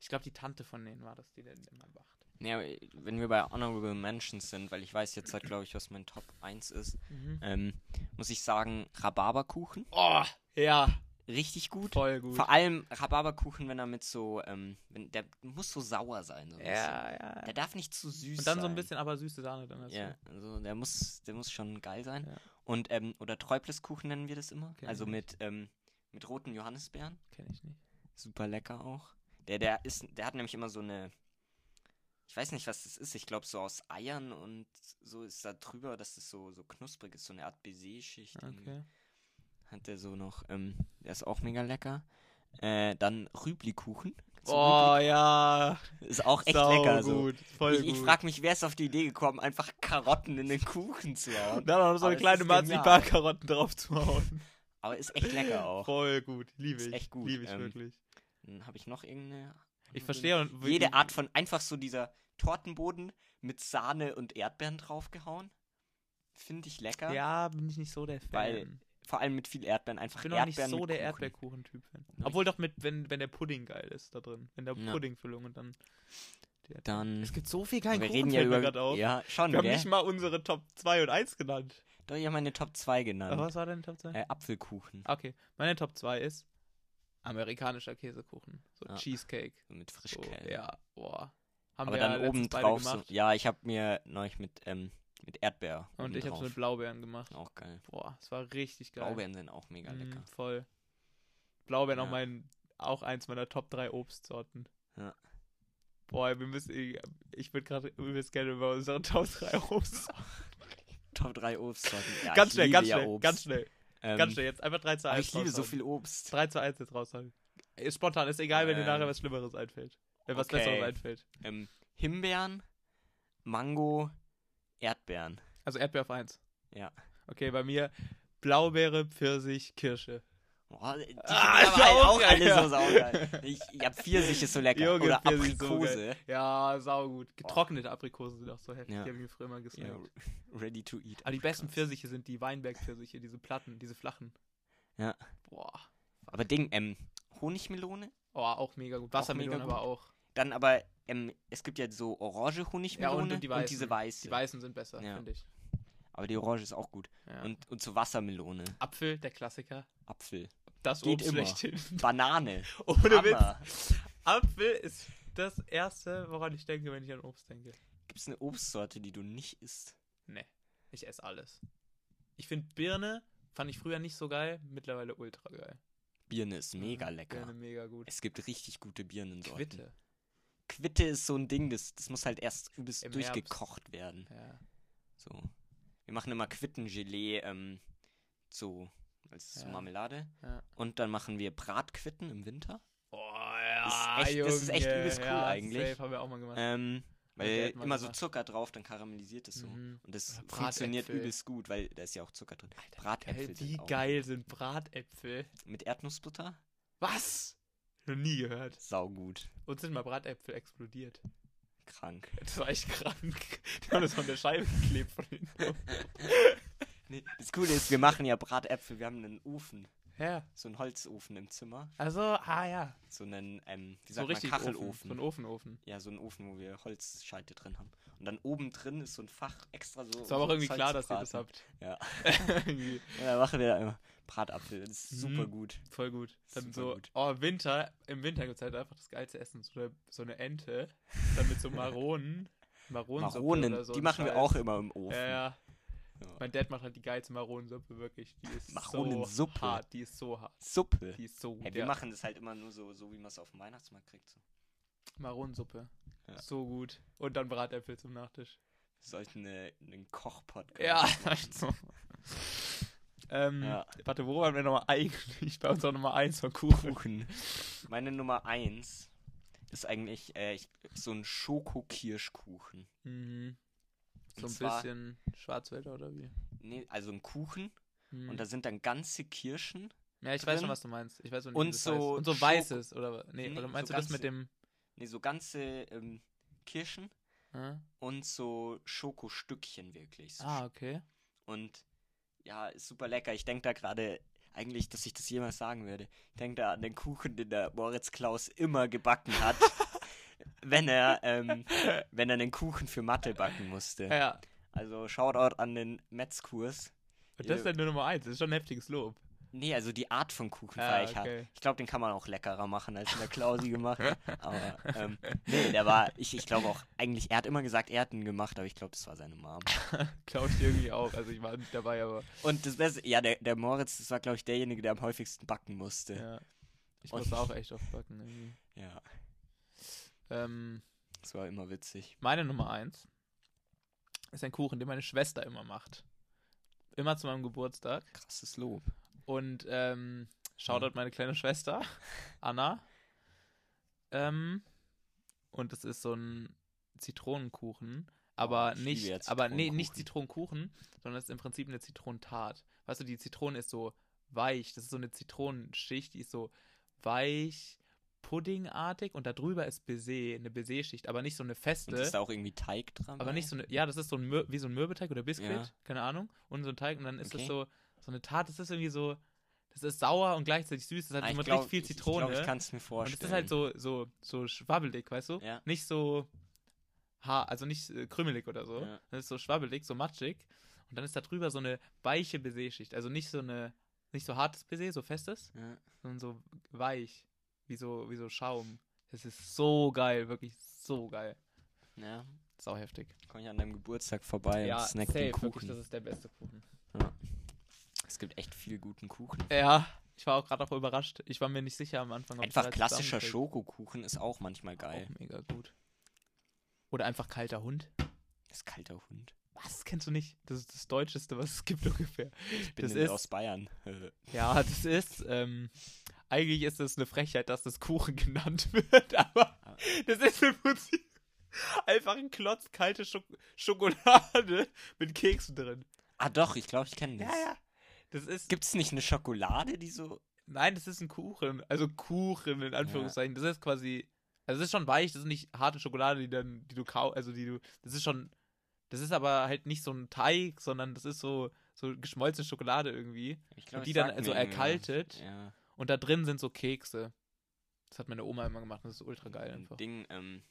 C: Ich glaube, die Tante von denen war das, die den immer macht.
D: Nee, aber wenn wir bei Honorable Mentions sind, weil ich weiß jetzt halt, glaube ich, was mein Top 1 ist, ähm, muss ich sagen, Rhabarberkuchen.
C: Oh, ja,
D: Richtig gut.
C: voll gut.
D: Vor allem Rhabarberkuchen, wenn er mit so, ähm, wenn, der muss so sauer sein. So ein
C: ja, ja.
D: bisschen. Der darf nicht zu süß sein.
C: Und dann so ein bisschen aber süße Sahne dann dazu.
D: Ja, also der muss, der muss schon geil sein.
C: Ja.
D: Und, ähm, oder Träubleskuchen nennen wir das immer.
C: Kenn
D: also
C: ich
D: mit, ähm, mit roten Johannisbeeren.
C: Kenn ich nicht.
D: Super lecker auch. Der, der ist, der hat nämlich immer so eine, ich weiß nicht, was das ist. Ich glaube, so aus Eiern und so ist da drüber, dass das so, so knusprig ist, so eine Art Baiser-Schicht. irgendwie.
C: Okay.
D: Hat der so noch, ähm, der ist auch mega lecker. Äh, dann Rüblikuchen. Kennst du
C: Oh, ja.
D: Rübli? ist auch echt
C: sau
D: lecker. So.
C: gut. Voll
D: Ich,
C: gut.
D: ich frage mich, wer ist auf die Idee gekommen, einfach Karotten in den Kuchen zu hauen.
C: da noch so
D: Aber
C: eine
D: es
C: kleine
D: ist genial.
C: Marzipankarotten drauf zu hauen.
D: Aber ist echt lecker auch.
C: Voll gut. Liebe
D: Ist
C: ich.
D: echt gut,
C: Liebe ich
D: ähm,
C: wirklich.
D: Dann habe ich noch irgendeine.
C: Ich verstehe. und wirklich-
D: Jede Art von einfach so dieser Tortenboden mit Sahne und Erdbeeren draufgehauen. Finde ich lecker.
C: Ja, bin ich nicht so der Fan.
D: Weil Vor allem mit viel Erdbeeren. Einfach
C: ich bin auch
D: Erdbeeren
C: nicht so
D: mit
C: der
D: Kuchen.
C: Erdbeerkuchen-Typ. Obwohl doch mit, wenn, wenn der Pudding geil ist da drin. Wenn der
D: Ja.
C: Puddingfüllung und dann. die Erdbeeren.
D: Dann.
C: es gibt so viel geilen
D: wir
C: Kuchen,
D: reden ja
C: fällt mir
D: über.
C: grad auf.
D: Ja, schon,
C: Wir haben
D: gell?
C: nicht mal unsere Top 2 und 1 genannt.
D: Doch, ich habe meine Top 2 genannt.
C: Aber was war deine Top 2?
D: Äh, Apfelkuchen.
C: Okay, meine Top 2 ist amerikanischer Käsekuchen. So
D: Ah.
C: Cheesecake.
D: Mit
C: So,
D: Frischkäse.
C: ja, boah. Haben
D: Aber
C: wir
D: dann
C: ja
D: oben
C: letztens beide
D: drauf so.
C: gemacht.
D: Ja, ich habe mir neulich mit, ähm, mit Erdbeer.
C: Und ich hab's
D: obendrauf.
C: mit Blaubeeren gemacht.
D: Auch geil.
C: Boah, es war richtig geil.
D: Blaubeeren sind auch mega
C: Mhm,
D: lecker.
C: voll. Blaubeeren auch
D: Ja.
C: mein, auch eins meiner Top 3 Obstsorten.
D: Ja.
C: Boah, wir müssen, ich, ich würde gerade übelst gerne über unsere Top 3 Obstsorten.
D: Top 3 Obstsorten. Ja,
C: ganz
D: ich
C: schnell,
D: liebe
C: ganz
D: ja
C: schnell,
D: Obst.
C: ganz schnell,
D: Ähm,
C: ganz schnell. Jetzt einfach 3 zu
D: Aber
C: 1
D: ich liebe so
C: raushauen.
D: viel Obst.
C: 3 zu 1 jetzt raushauen. Ist spontan, ist egal, wenn dir
D: Ähm,
C: nachher was Schlimmeres einfällt. Wenn was
D: okay.
C: Besseres einfällt.
D: Ähm, Himbeeren, Mango, Erdbeeren.
C: Also Erdbeer auf 1.
D: Ja.
C: Okay, bei mir Blaubeere, Pfirsich, Kirsche.
D: Boah, die sind
C: Ah, ist
D: aber halt
C: auch
D: auch alle
C: geil.
D: so saugeil. Ich, ja, Pfirsich ist so lecker.
C: Junge,
D: Oder
C: Pfirsich ist so
D: Aprikose.
C: Ja, saugut. Getrocknete Aprikosen sind auch so heftig.
D: Ja.
C: Die habe ich früher immer gesnackt.
D: ja, ready to eat.
C: Aber Ah, die besten
D: Aprikosen.
C: Pfirsiche sind die Weinberg-Pfirsiche, diese Platten, diese flachen.
D: Ja.
C: Boah.
D: Aber Ding, ähm, Honigmelone?
C: Oh, auch mega gut. Wassermelone
D: mega
C: aber
D: gut.
C: auch.
D: Dann aber, ähm, es gibt ja so orange
C: Ja,
D: Honigmelone
C: und, und die weißen.
D: diese weiße.
C: Die weißen sind besser,
D: Ja.
C: finde ich.
D: aber die orange ist auch gut.
C: Ja.
D: Und, und so Wassermelone,
C: Apfel, der Klassiker.
D: Apfel,
C: Das
D: Geht
C: Obst
D: immer.
C: schlechthin.
D: Banane.
C: Ohne
D: Hammer.
C: Witz. Apfel ist das Erste, woran ich denke, wenn ich an Obst denke.
D: Gibt es eine Obstsorte, die du nicht isst?
C: Nee, ich esse alles. Ich finde Birne, fand ich früher nicht so geil, mittlerweile ultra geil.
D: Birne ist mega lecker.
C: Mhm. Birne mega gut.
D: Es gibt richtig gute Birnensorten.
C: Quitte.
D: Quitte ist so ein Ding, das, das muss halt erst übelst
C: Im
D: durchgekocht werden.
C: Ja.
D: So. Wir machen immer Quittengelee, ähm, so, als so
C: Ja.
D: Marmelade.
C: Ja.
D: Und dann machen wir Bratquitten im Winter.
C: Oh, ja.
D: Ist echt- das ist echt
C: Oh, Junge,
D: übelst cool
C: ja,
D: eigentlich.
C: Safe haben wir auch mal gemacht. Ja,
D: Ähm,
C: die
D: weil
C: hätten wir
D: immer so
C: gemacht.
D: Zucker drauf, dann karamellisiert es so.
C: Mhm.
D: Und das
C: Oder
D: funktioniert
C: Bratäpfel.
D: übelst gut, weil da ist ja auch Zucker drin.
C: Alter,
D: Bratäpfel
C: geil,
D: sind
C: wie
D: auch-
C: geil sind Bratäpfel?
D: Mit Erdnussbutter?
C: Was? Noch nie gehört.
D: Saugut.
C: Uns sind mal Bratäpfel explodiert.
D: Krank.
C: Das war echt krank. Die haben das von der Scheibe geklebt von hinten.
D: Nee, das Coole ist, wir machen ja Bratäpfel, wir haben einen Ofen.
C: Ja.
D: So einen Holzofen im Zimmer.
C: Also, ah ja.
D: So einen, ähm, wie
C: So
D: sagt man,
C: richtig
D: Kachelofen.
C: Ofen. So ein Ofenofen.
D: Ja, so ein Ofen, wo wir Holzscheite drin haben. Und dann oben drin ist so ein Fach extra so.
C: Es war aber
D: um
C: auch irgendwie
D: Holz
C: klar,
D: zu
C: dass ihr das
D: braten.
C: habt.
D: Ja.
C: irgendwie.
D: Ja, da machen wir da immer Bratapfel. Das ist
C: Mhm.
D: super gut.
C: Voll gut. Dann
D: Super
C: so,
D: gut.
C: oh, Winter, im Winter gibt es halt einfach das geilste Essen. So eine, so eine Ente, dann mit so Maronen. Maronensuppe
D: Maronen,
C: oder so.
D: die
C: ein
D: machen wir
C: Scheiß.
D: auch immer im Ofen.
C: Ja, ja.
D: Ja.
C: Mein Dad macht halt die geilste Maronensuppe, wirklich. Die ist so
D: Maronensuppe.
C: hart, die ist so hart.
D: Suppe.
C: Die ist so gut.
D: Hey, wir
C: ja.
D: machen das halt immer nur so, so wie man es auf dem Weihnachtsmarkt kriegt. So.
C: Maronensuppe.
D: Ja.
C: So gut. Und dann Bratäpfel zum Nachtisch.
D: Wir sollten eine, einen Kochpodcast
C: Ja,
D: machen.
C: also. ähm,
D: Ja.
C: Warte, wo waren wir nochmal eigentlich? Bei uns auch nochmal eins von Kuchen.
D: Kuchen. Meine Nummer 1 ist eigentlich äh, ich, so ein Schokokirschkuchen.
C: Mhm. So
D: Und
C: ein
D: zwar-
C: bisschen Schwarzwälder oder wie?
D: Nee, also ein Kuchen
C: Mhm.
D: und da sind dann ganze Kirschen
C: Ja, ich weiß schon,
D: drin.
C: was du meinst. Ich weiß schon, wie
D: Und
C: das
D: so
C: heißt. und so
D: Schoko-
C: weißes oder wa- nee,
D: Nee,
C: oder meinst
D: so
C: du das mit
D: ganze-
C: dem
D: Nee, so ganze ähm, Kirschen
C: äh?
D: und so Schokostückchen wirklich. So
C: Ah, okay.
D: Und ja, ist super lecker. Ich denke da gerade eigentlich, dass ich das jemals sagen werde. Ich denke da an den Kuchen, den der Moritz Klaus immer gebacken hat. wenn er, ähm, wenn er einen Kuchen für Mathe backen musste.
C: Ja.
D: Also Shoutout an den Metzkurs.
C: Und das ist dann nur Nummer eins. Das ist schon ein heftiges Lob.
D: Nee, also die Art von Kuchen
C: Ja,
D: feier ich halt. hart.
C: Ah, okay.
D: Ich glaube, den kann man auch leckerer machen, als in der Klausi gemacht. Aber ähm, nee, der war, ich, ich glaube auch, eigentlich, er hat immer gesagt, er hat ihn gemacht, aber ich glaube, das war seine Mom.
C: Glaube ich irgendwie auch. Also ich war nicht dabei, aber
D: Und das Beste, ja, der, der Moritz, das war, glaube ich, derjenige, der am häufigsten backen musste.
C: ja. Ich
D: Und-
C: muss auch echt oft backen irgendwie.
D: Ja,
C: Ähm,
D: das war immer witzig.
C: meine Nummer eins ist ein Kuchen, den meine Schwester immer macht. Immer zu meinem Geburtstag.
D: Krasses Lob.
C: Und ähm,
D: Mhm.
C: Shoutout meine kleine Schwester, Anna. Ähm, und es ist so ein Zitronenkuchen. Aber
D: Oh, ich liebe ja
C: nicht, aber nee, nicht
D: Zitronenkuchen.
C: Zitronenkuchen, sondern es ist im Prinzip eine Zitronentart. Weißt du, die Zitrone ist so weich. Das ist so eine Zitronenschicht, die ist so weich, puddingartig und darüber ist Baiser, eine Baiser-Schicht, aber nicht so eine feste.
D: Und ist da auch irgendwie Teig dran?
C: Aber nicht so eine, ja, das ist so ein Mür wie so ein Mürbeteig oder Biskuit,
D: Ja.
C: keine Ahnung, und so ein Teig und dann ist
D: Okay.
C: das so so eine Tart, das ist irgendwie so das ist sauer und gleichzeitig süß, das hat
D: Ah, ich
C: immer
D: glaub,
C: richtig viel
D: ich-
C: Zitrone. ne?
D: Ich, glaub, ich kann es mir
C: und
D: vorstellen.
C: es ist halt so so so schwabbelig, weißt du?
D: Ja.
C: Nicht so haar, also nicht äh, krümelig oder so.
D: Ja.
C: Das ist so schwabbelig, so matschig und dann ist da drüber so eine weiche Baiser-Schicht, also nicht so eine nicht so hartes Baiser, so festes,
D: Ja.
C: sondern so weich, wie so wie so Schaum. Das ist so geil, wirklich so geil.
D: ja.
C: Sau heftig.
D: Komm ich an deinem Geburtstag vorbei und snack den
C: wirklich, das
D: Kuchen.
C: ist der beste Kuchen.
D: Es gibt echt viel guten Kuchen.
C: Ja, ich war auch gerade auch überrascht. Ich war mir nicht sicher am Anfang. ob ich
D: Einfach
C: alles
D: klassischer
C: zusammenkrieg.
D: Schokokuchen ist auch manchmal geil.
C: Auch mega gut. Oder einfach kalter Hund.
D: Ist kalter Hund.
C: Was kennst du nicht? Das ist das Deutscheste, was es gibt ungefähr.
D: Ich bin
C: Das
D: nämlich
C: ist-
D: aus Bayern.
C: Ja, das ist. Ähm, eigentlich ist es eine Frechheit, dass das Kuchen genannt wird, aber das ist im Prinzip einfach ein Klotz kalte Schok Schokolade mit Keksen drin.
D: ah doch, ich glaube, ich kenne das.
C: Das ist
D: Gibt es nicht eine Schokolade, die so...
C: Nein, das ist ein Kuchen. Also Kuchen in Anführungszeichen. Das ist quasi. Also es ist schon weich, das ist nicht harte Schokolade, die dann, die du kau, also die du. Das ist schon. Das ist aber halt nicht so ein Teig, sondern das ist so, so geschmolzene Schokolade irgendwie.
D: Ich glaub,
C: Und die
D: ich
C: dann
D: sag
C: also
D: mir irgendwas.
C: erkaltet.
D: Ja.
C: Und da drin sind so Kekse. Das hat meine Oma immer gemacht, das ist ultra geil
D: Ein
C: einfach.
D: Ding, ähm,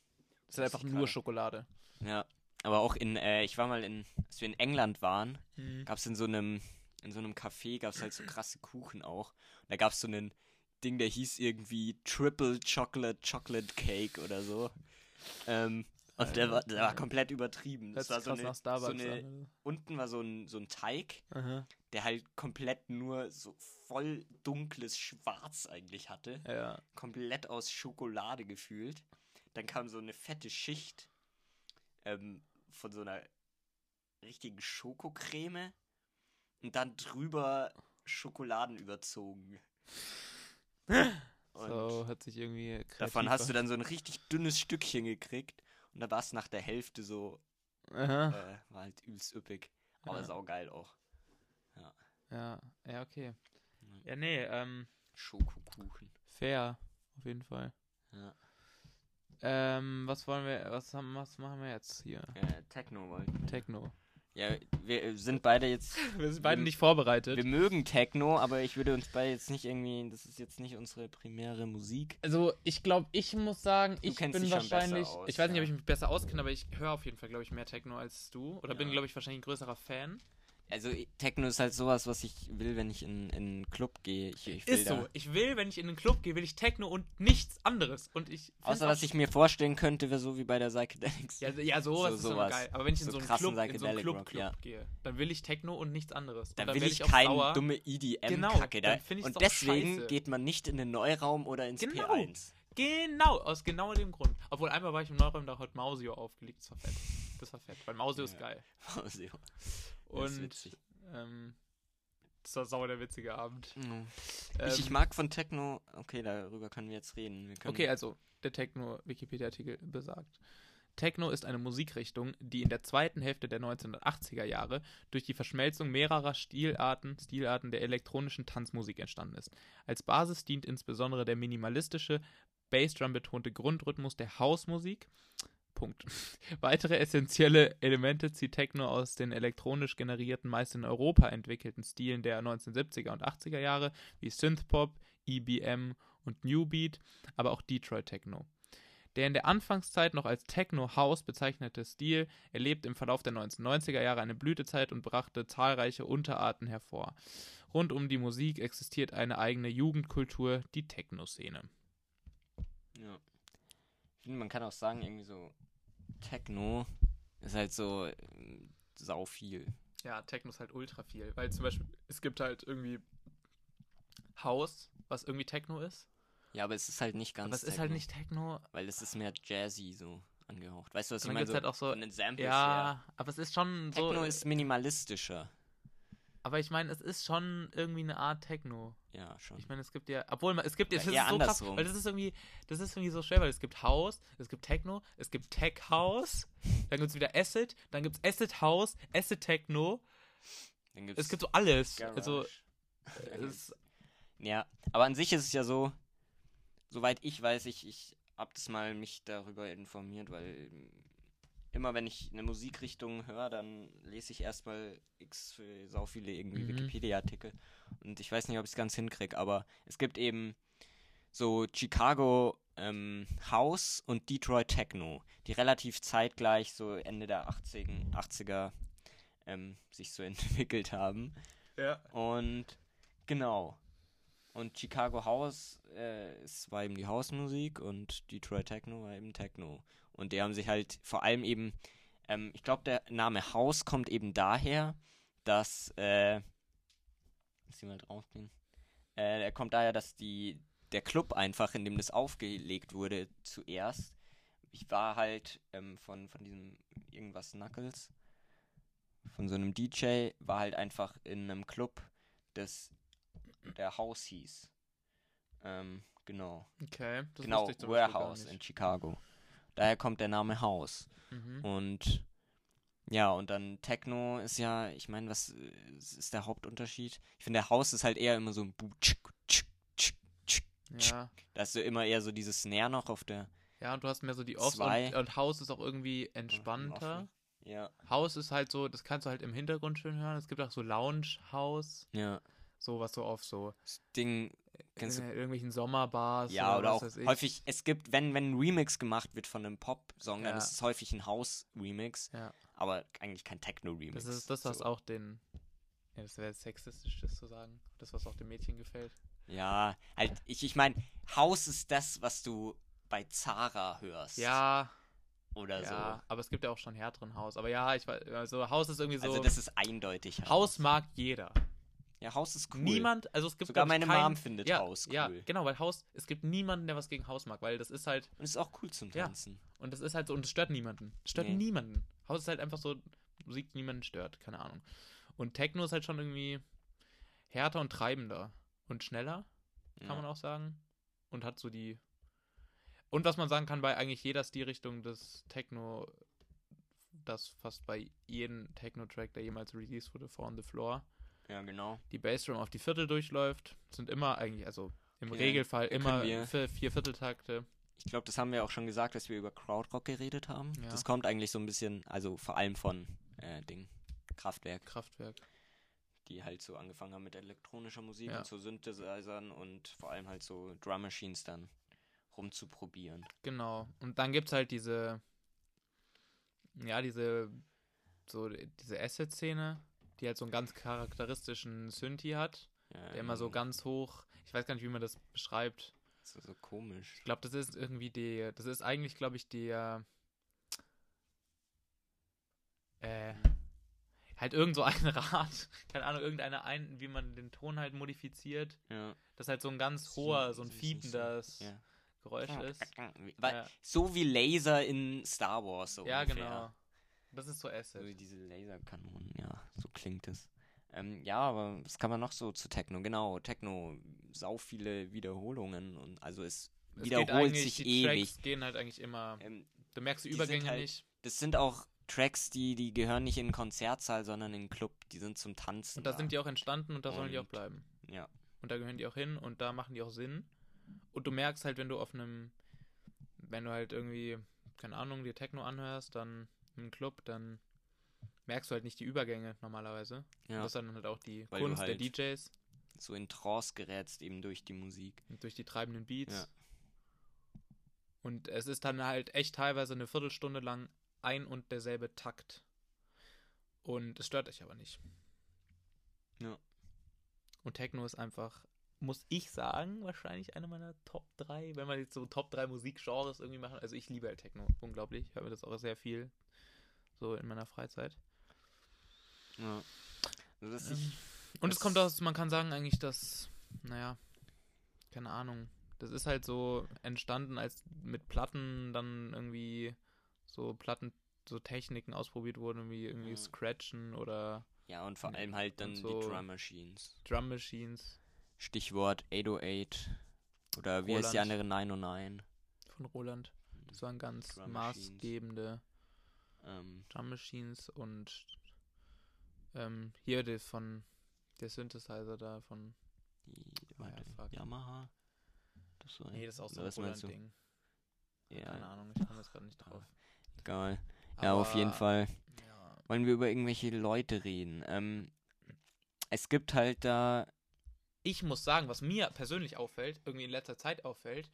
C: Das ist einfach
D: ich
C: nur
D: gerade.
C: Schokolade.
D: ja. Aber auch in, äh, ich war mal in, als wir in England waren, gab es in so einem, in so einem Café gab es halt so krasse Kuchen auch. Und da gab es so einen Ding, der hieß irgendwie Triple Chocolate Chocolate Cake oder so. Ähm, und der war, der war komplett übertrieben. Das,
C: Das, das ist
D: war
C: krass
D: so eine,
C: nach Starbucks.
D: so eine
C: an,
D: unten war so ein, so ein Teig,
C: oder? Aha.
D: der halt komplett nur so voll dunkles Schwarz eigentlich hatte.
C: Ja.
D: Komplett aus Schokolade gefühlt. Dann kam so eine fette Schicht ähm, von so einer richtigen Schokocreme und dann drüber Schokoladen überzogen. Und
C: So hat sich irgendwie.
D: davon hast du dann so ein richtig dünnes Stückchen gekriegt und da war es nach der Hälfte so,
C: dann. Aha.
D: äh, war halt übelst üppig. Aber
C: Ah. Ja.
D: saugeil auch.
C: Ja, ja, okay.
D: Ja.
C: Ja, nee, ähm.
D: Schokokuchen.
C: Fair, auf jeden Fall.
D: Ja.
C: Ähm, was wollen wir, was, haben, was machen wir jetzt hier?
D: Äh, Techno wollten.
C: Techno.
D: Ja, wir äh, sind beide jetzt.
C: Wir sind
D: beide
C: beide
D: nicht
C: nicht
D: Wir
C: vorbereitet.
D: mögen Techno, aber ich würde uns beide jetzt nicht irgendwie. Das ist jetzt nicht unsere primäre Musik.
C: Also, ich glaube, ich muss sagen,
D: Du kennst dich schon besser aus,
C: ich weiß nicht,
D: ja.
C: ob ich mich besser auskenne, aber ich höre auf jeden Fall, glaube ich, mehr Techno als du. Oder bin,
D: Ja.
C: glaube ich, wahrscheinlich ein größerer Fan.
D: Also i- Techno ist halt sowas, was ich will, wenn ich in, in einen Club gehe. Ich, ich will
C: Ist
D: da,
C: so. Ich will, wenn ich in den Club gehe, will ich Techno und nichts anderes. Und ich. find's
D: Außer
C: auch
D: was ich mir vorstellen könnte, wäre so wie bei der Psychedelics.
C: Ja, ja sowas
D: So-
C: ist immer
D: sowas.
C: geil. Aber wenn ich in
D: So
C: so, einen
D: krassen
C: Club, in so einen
D: Psychedelic
C: Club,
D: Rock,
C: Club
D: ja.
C: gehe, dann will ich Techno und nichts anderes.
D: da
C: und dann
D: will
C: werd
D: ich
C: auf
D: kein
C: Dauer-
D: dumme E EDM-Kacke.
C: Genau,
D: da.
C: dann find ich's
D: Und
C: doch
D: deswegen
C: scheiße.
D: geht man nicht in den Neuraum oder ins
C: Genau.
D: P1.
C: Genau, aus genau dem Grund. Obwohl einmal war ich im Neuraum, da hat Mausio aufgelegt. Das war fett. Das war fett, weil Mausio
D: Ja.
C: ist geil.
D: Also, ja, das ist
C: Und
D: witzig.
C: ähm, das war sauer der witzige Abend.
D: Mhm.
C: Ähm,
D: ich, ich mag von Techno. Okay, darüber können wir jetzt reden. Wir können,
C: okay, also der Techno-Wikipedia-Artikel besagt. Techno ist eine Musikrichtung, die in der zweiten Hälfte der 1980er Jahre durch die Verschmelzung mehrerer Stilarten, Stilarten der elektronischen Tanzmusik entstanden ist. Als Basis dient insbesondere der minimalistische, Bassdrum-betonte Grundrhythmus der Hausmusik. Punkt. Weitere essentielle Elemente zieht Techno aus den elektronisch generierten, meist in Europa entwickelten Stilen der 1970er und 80er Jahre, E wie Synthpop, EBM und New Beat, aber auch Detroit Techno. Der in der Anfangszeit noch als Techno-House bezeichnete Stil erlebte im Verlauf der 1990er Jahre eine Blütezeit und brachte zahlreiche Unterarten hervor. Rund um die Musik existiert eine eigene Jugendkultur, die Techno-Szene.
D: Ja. Ich finde, man kann auch sagen, irgendwie so Techno ist halt so ähm, sau viel.
C: Ja, Techno ist halt ultra viel, weil zum Beispiel es gibt halt irgendwie House, was irgendwie Techno ist,
D: Ja, aber es ist halt nicht ganz
C: aber es ist halt nicht Techno.
D: Weil es ist mehr Jazzy so angehaucht. Weißt du, was
C: Und
D: ich
C: dann
D: meine?
C: gibt's halt auch so-
D: von den Samples her.
C: Ja, aber es ist schon so. äh,
D: Techno ist minimalistischer.
C: aber ich meine, es ist schon irgendwie eine Art Techno.
D: Ja, schon.
C: Ich meine, es gibt ja, obwohl man- es gibt ja,
D: Oder
C: das
D: eher
C: ist so krass,
D: andersrum.
C: weil das ist irgendwie, das ist irgendwie so schwer, weil es gibt House, es gibt Techno, es gibt Tech House, dann gibt es wieder Acid, dann gibt es Acid House, Acid Techno,
D: Dann gibt's
C: es gibt so alles.
D: Garage.
C: Also, es ist,
D: ja, aber an sich ist es ja so, soweit ich weiß, ich, ich hab das mal mich darüber informiert, weil ähm, immer wenn ich eine Musikrichtung höre, dann lese ich erstmal x für sau viele irgendwie
C: Mhm.
D: Wikipedia-Artikel und ich weiß nicht, ob ich es ganz hinkrieg, aber es gibt eben so Chicago ähm, House und Detroit Techno, die relativ zeitgleich so Ende der 80er, 80er ähm, sich so entwickelt haben.
C: ja.
D: Und genau. Und Chicago House äh, es war eben die Hausmusik und Detroit Techno war eben Techno. Und die haben sich halt vor allem eben, ähm, ich glaube, der Name House kommt eben daher, dass, äh, muss ich mal draufgehen, äh, er kommt daher, dass die, der Club einfach, in dem das aufgelegt wurde, zuerst. Ich war halt ähm, von, von diesem irgendwas Knuckles, von so einem DJ, war halt einfach in einem Club, das der House hieß. Ähm, genau.
C: Okay, das
D: genau,
C: wusste ich zum Beispiel gar
D: Warehouse in
C: nicht.
D: Chicago. Daher kommt der Name House.
C: Mhm.
D: Und ja, und dann Techno ist ja, ich meine, was äh, es ist der Hauptunterschied? Ich finde, der House ist halt eher immer so ein Bu- tsch, tsch, tsch, tsch.
C: Ja.
D: Da ist so immer eher so dieses Snare noch auf der.
C: ja, und du hast mehr so die Offs und,
D: Zwei.
C: und House ist auch irgendwie entspannter.
D: Offen. Ja.
C: House ist halt so, das kannst du halt im Hintergrund schön hören. Es gibt auch so Lounge House,
D: Ja.
C: so was so auf so
D: Das Ding. Kannst
C: in
D: du,
C: irgendwelchen Sommerbars
D: ja, oder
C: was
D: auch
C: weiß ich.
D: häufig, es gibt, wenn, wenn ein Remix gemacht wird von einem Pop-Song, dann
C: Ja.
D: ist es häufig ein House-Remix,
C: Ja.
D: aber eigentlich kein Techno-Remix.
C: Das ist das, was
D: so.
C: auch den. Ja, das wäre sexistisch, das zu sagen. Das, was auch den Mädchen gefällt.
D: Ja, halt, ich, ich meine, House ist das, was du bei Zara hörst.
C: Ja,
D: Oder so.
C: ja. Aber es gibt ja auch schon härteren Haus. Aber ja, ich weiß, also Haus ist irgendwie so.
D: Also das ist eindeutig.
C: Haus mag jeder.
D: Ja, Haus ist cool.
C: Niemand, also es gibt
D: Sogar
C: glaub ich,
D: meine
C: keinen-
D: Mom findet
C: ja,
D: Haus
C: Ja,
D: cool.
C: genau, weil Haus, es gibt niemanden, der was gegen Haus mag, weil das ist halt,
D: Und ist auch cool zum
C: Ja.
D: Tanzen.
C: und das ist halt so, und es stört niemanden. Es stört
D: Nee.
C: niemanden. Haus ist halt einfach so, Musik, die niemanden stört, keine Ahnung. Und Techno ist halt schon irgendwie härter und treibender und schneller.
D: Ja.
C: kann man auch sagen. Und hat so die. Und was man sagen kann, bei eigentlich jeder Stilrichtung des Techno, das fast bei jedem Techno-Track, der jemals released wurde, vor on the floor,
D: Ja, genau.
C: die Bassdrum auf die Viertel durchläuft, sind immer eigentlich, also im
D: Okay,
C: Regelfall
D: können
C: immer
D: wir-
C: vier, vier Vierteltakte.
D: Ich glaube, das haben wir auch schon gesagt, dass wir über Crowdrock geredet haben.
C: Ja.
D: Das kommt eigentlich so ein bisschen, also vor allem von äh, Ding, Kraftwerk,
C: Kraftwerk.
D: die halt so angefangen haben mit elektronischer Musik
C: Ja.
D: und so Synthesizern und vor allem halt so Drum Machines dann rumzuprobieren.
C: Genau. Und dann gibt's halt diese, ja, diese, so, diese Asset-Szene, die halt so einen ganz charakteristischen Synthi hat.
D: Ja,
C: Der immer so ganz hoch, ich weiß gar nicht, wie man das beschreibt.
D: so, so komisch.
C: Ich glaube, das ist irgendwie die, das ist eigentlich, glaube ich, der, äh, halt irgend so ein Rad, keine Ahnung, irgendeine ein, wie man den Ton halt modifiziert,
D: Ja.
C: dass halt so ein ganz
D: Sie-
C: hoher, so ein
D: sie ist nicht so-
C: fiependes
D: ja.
C: Geräusch ist.
D: Weil-
C: Ja.
D: So wie Laser in Star Wars. So
C: Ja,
D: ungefähr.
C: genau. Das ist so
D: So wie
C: Acid.
D: diese Laserkanonen, ja, so klingt es. Ähm, ja, aber was kann man noch so zu Techno? Genau, Techno, sau viele Wiederholungen und also es,
C: Es geht
D: wiederholt
C: eigentlich-
D: sich
C: die
D: ewig.
C: Tracks gehen halt eigentlich immer,
D: Ähm,
C: du merkst die
D: die sind
C: Übergänge
D: halt-
C: nicht.
D: das sind auch Tracks, die, die gehören nicht in den Konzertsaal, sondern in den Club. Die sind zum Tanzen.
C: Und da sind die auch entstanden und da sollen die auch
D: Und-
C: bleiben.
D: Ja.
C: Und da gehören die auch hin und da machen die auch Sinn. Und du merkst halt, wenn du auf einem, wenn du halt irgendwie, keine Ahnung, dir Techno anhörst, dann im Club, dann merkst du halt nicht die Übergänge normalerweise. Und
D: ja.
C: das ist dann halt auch die
D: Weil du
C: Kunst
D: halt-
C: der DJs
D: So in Trance gerätst eben durch die Musik.
C: und durch die treibenden Beats.
D: Ja.
C: Und es ist dann halt echt teilweise eine Viertelstunde lang ein und derselbe Takt. Und es stört dich aber nicht.
D: Ja.
C: Und Techno ist einfach, muss ich sagen, wahrscheinlich eine meiner Top 3, wenn man jetzt so Top 3 Musikgenres irgendwie machen. Also ich liebe halt Techno, unglaublich. Ich höre mir das auch sehr viel so in meiner Freizeit.
D: Ja. Also das
C: Ähm,
D: ist,
C: Und es
D: Das-
C: kommt aus, man kann sagen eigentlich, dass, naja, keine Ahnung. Das ist halt so entstanden, als mit Platten dann irgendwie so Platten, so Techniken ausprobiert wurden, wie irgendwie
D: Ja.
C: Scratchen oder
D: ja, und vor
C: Ja,
D: allem halt dann
C: und so.
D: die Drum Machines.
C: Drum Machines
D: Stichwort 808. Oder wie heißt die
C: Roland.
D: andere 909?
C: von Roland. Das waren ganz
D: Drum Machines.
C: maßgebende
D: Ähm,
C: Drum Machines und ähm, hier die von der Synthesizer da von.
D: die
C: Ah ja,
D: warte,
C: fuck.
D: Yamaha. Das war
C: Nee, das ist auch so
D: oder
C: ein
D: was meinst du?
C: Roland-Ding. Keine
D: Ja,
C: Ahnung, ich komme jetzt gerade nicht drauf.
D: egal. Ja, auf jeden
C: Aber-
D: Fall.
C: Ja.
D: Wollen wir über irgendwelche Leute reden? Ähm, es gibt halt da
C: ich muss sagen, was mir persönlich auffällt, irgendwie in letzter Zeit auffällt,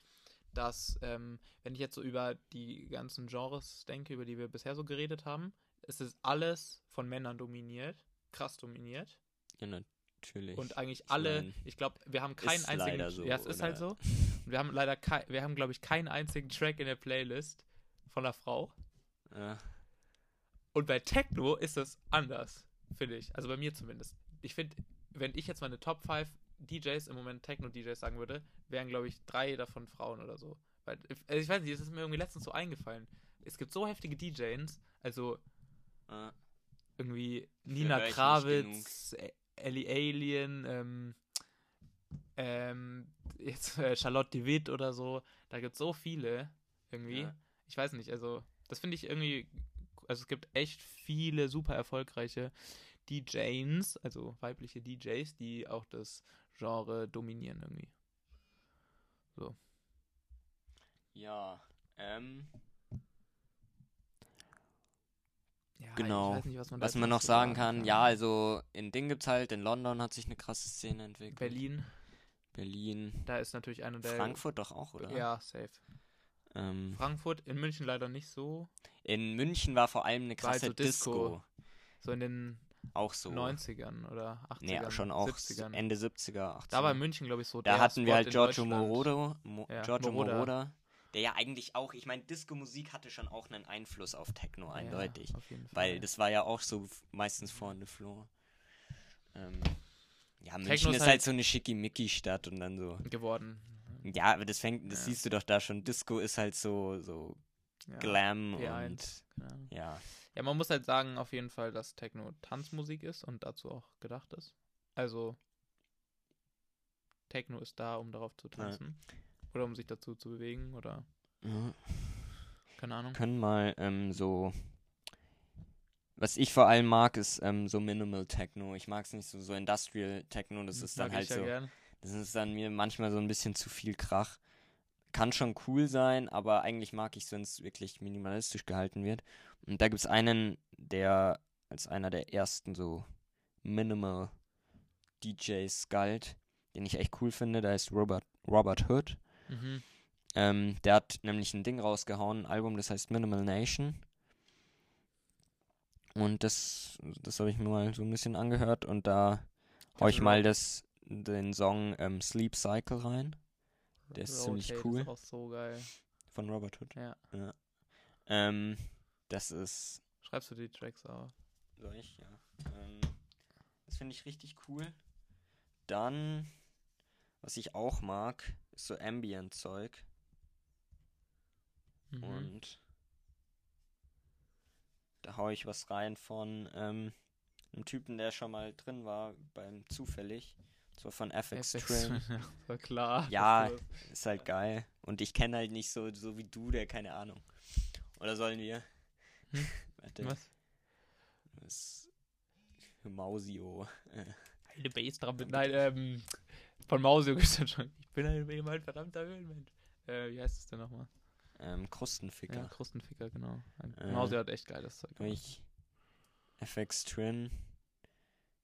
C: dass, ähm, wenn ich jetzt so über die ganzen Genres denke, über die wir bisher so geredet haben, es ist alles von Männern dominiert, krass dominiert.
D: Ja, natürlich.
C: und eigentlich alle,
D: mein,
C: ich glaube, wir haben keinen
D: ist
C: einzigen.
D: leider so,
C: ja, es ist halt
D: oder?
C: so. Wir haben leider kei- wir haben, glaube ich, keinen einzigen Track in der Playlist von einer Frau.
D: ja,
C: Und bei Techno ist das anders, finde ich. Also bei mir zumindest. Ich finde, wenn ich jetzt meine Top 5 DJs im Moment Techno-DJs sagen würde, wären, glaube ich, drei davon Frauen oder so. Weil, also ich weiß nicht, es ist mir irgendwie letztens so eingefallen. Es gibt so heftige DJs, also
D: äh,
C: irgendwie Nina
D: höre ich nicht
C: Krawitz, Ä- Ellie Alien, ähm, ähm, jetzt äh, Charlotte DeWitt oder so. Da gibt es so viele irgendwie.
D: Ja.
C: Ich weiß nicht, also das finde ich irgendwie, also es gibt echt viele super erfolgreiche DJs, also weibliche DJs, die auch das Genre dominieren irgendwie.
D: ja, ähm,
C: Ja,
D: Genau.
C: Ich weiß nicht, was man, da
D: was
C: jetzt
D: man noch
C: zu
D: sagen kann, ja,
C: kann.
D: also in Ding gibt's halt, in London hat sich eine krasse Szene entwickelt.
C: Berlin,
D: Berlin.
C: da ist natürlich einer der.
D: Frankfurt doch auch, oder?
C: Ja, safe.
D: Ähm,
C: Frankfurt, in München leider nicht so.
D: in München war vor allem eine
C: War halt
D: krasse
C: so Disco.
D: Disco.
C: So in den
D: Auch so.
C: 90ern oder 80ern.
D: nee, schon auch
C: 70ern.
D: Ende 70er, 80er.
C: Da war München, glaube ich, so
D: Da
C: der
D: hatten wir
C: Spot
D: halt
C: in
D: Giorgio
C: Deutschland.
D: Moroder, Mo
C: Ja,
D: Giorgio
C: Moroder.
D: Moroder. der ja eigentlich auch, ich meine, Disco-Musik hatte schon auch einen Einfluss auf Techno, eindeutig.
C: Ja, auf jeden Fall.
D: Weil das war ja auch so f- meistens vorne Flur. Ähm, ja, München
C: Techno ist
D: ist
C: halt-
D: halt so eine Schickimicki-Stadt und dann so.
C: geworden.
D: Ja, aber das fängt, das
C: Ja.
D: siehst du doch da schon. Disco ist halt so, so
C: Ja, halt.
D: Glam
C: P1.
D: und
C: keine Ahnung.
D: ja.
C: ja, man muss halt sagen, auf jeden Fall, dass Techno Tanzmusik ist und dazu auch gedacht ist. Also, Techno ist da, um darauf zu tanzen. Oder um sich dazu zu bewegen oder
D: ja.
C: keine Ahnung.
D: Können mal ähm, so. Was ich vor allem mag, ist ähm, so Minimal Techno. Ich mag es nicht so, so Industrial Techno. Das ist dann
C: Mhm, Hm, Mag
D: halt
C: ich ja
D: so.
C: gern.
D: Das ist dann mir manchmal so ein bisschen zu viel Krach. Kann schon cool sein, aber eigentlich mag ich, wenn es wirklich minimalistisch gehalten wird. Und da gibt es einen, der als einer der ersten so Minimal DJs galt, den ich echt cool finde. Der heißt Robert, Robert Hood.
C: Mhm.
D: Ähm, der hat nämlich ein Ding rausgehauen, ein Album, das heißt Minimal Nation. Und das, das habe ich mir mal so ein bisschen angehört und da haue ich
C: Roll-
D: mal das, den Song ähm, Sleep Cycle rein Der ist ziemlich
C: Rotate
D: cool.
C: Ist auch so geil.
D: von Robert Hood.
C: Ja.
D: Ähm, das ist.
C: Schreibst du die Tracks auf?
D: Soll ich, ja. Ähm, das finde ich richtig cool. Dann, was ich auch mag, ist so Ambient-Zeug.
C: Mhm.
D: Und da hau ich was rein von ähm, einem Typen, der schon mal drin war, beim Zufällig. Zwar von FX
C: FX
D: Twin.
C: War klar.
D: Ja.
C: dass du das-
D: Ist halt geil. Und ich kenne halt nicht so, so wie du, der keine Ahnung. Oder sollen wir?
C: Hm?
D: Warte,
C: Was?
D: das ist Mausio.
C: Eine Bassdrum. Nein, ähm, von Mausio gestern schon. Ich bin ein, eben ein verdammter Höhlenmensch. Äh, wie heißt es denn nochmal?
D: Ähm,
C: Ja,
D: Krustenficker.
C: Krustenficker, genau. Ein,
D: Äh,
C: Mausio hat echt geiles Zeug.
D: Ja. Ich. FX Twin.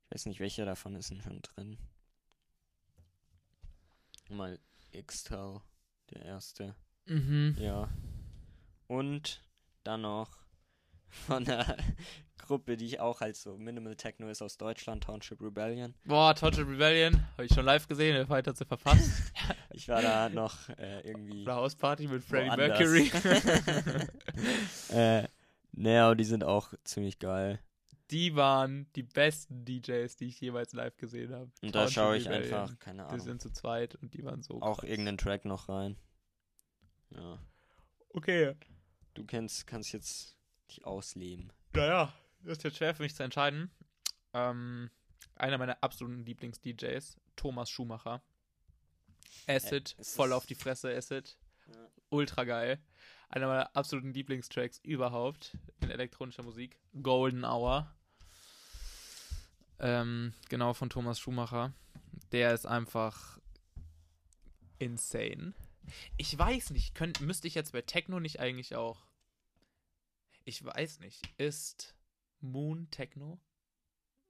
D: Ich weiß nicht, welcher davon ist denn schon drin. Mal Xtal, der erste.
C: Mhm.
D: Ja. Und dann noch von einer Gruppe, die ich auch halt so Minimal Techno ist aus Deutschland, Township Rebellion.
C: Boah, Total Rebellion, habe ich schon live gesehen, der Fight hat sie verpasst.
D: Ich war da noch äh, irgendwie.
C: Eine Hausparty mit Freddie
D: Woanders.
C: Mercury.
D: äh, naja, aber die sind auch ziemlich geil.
C: die waren die besten DJs, die ich jemals live gesehen habe.
D: Und da
C: Township
D: schaue ich
C: Rebellion.
D: einfach, keine
C: Die
D: Ahnung,
C: sind zu zweit und die waren so.
D: auch e-
C: krass.
D: irgendeinen Track noch rein. Ja.
C: Okay,
D: Du kennst, kannst jetzt dich ausleben.
C: naja, das ist jetzt schwer für mich zu entscheiden. Ähm, einer meiner absoluten Lieblings-DJs, Thomas Schumacher. Acid,
D: Äh, es
C: voll
D: ist-
C: auf die Fresse, Acid.
D: Ja.
C: Ultra geil. Einer meiner absoluten Lieblingstracks überhaupt in elektronischer Musik. Golden Hour. Ähm, genau, von Thomas Schumacher. Der ist einfach insane. Ich weiß nicht, könnt, müsste ich jetzt bei Techno nicht eigentlich auch. Ich weiß nicht. Ist Moon Techno?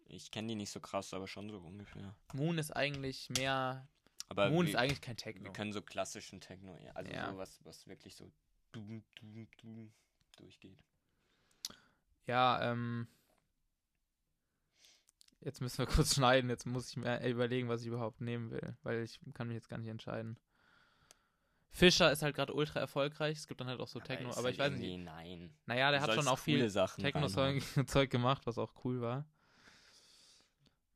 D: Ich kenne die nicht so krass, aber schon so ungefähr.
C: Moon ist eigentlich mehr.
D: Aber
C: Moon
D: wir,
C: ist eigentlich kein
D: wir
C: Techno.
D: können so klassischen Techno, eher- also
C: Ja.
D: sowas, was wirklich so dum, dum, dum durchgeht.
C: Ja, ähm. Jetzt müssen wir kurz schneiden. Jetzt muss ich mir überlegen, was ich überhaupt nehmen will, weil ich kann mich jetzt gar nicht entscheiden. Fischer ist halt gerade ultra erfolgreich. Es gibt dann halt auch so Techno,
D: ist
C: aber
D: halt
C: ich weiß nicht.
D: irgendwie- Nein.
C: Naja, der
D: Du
C: hat schon
D: sollst
C: auch
D: coole
C: viel
D: Sachen reinhauen.
C: Techno-Zeug gemacht, was auch cool war.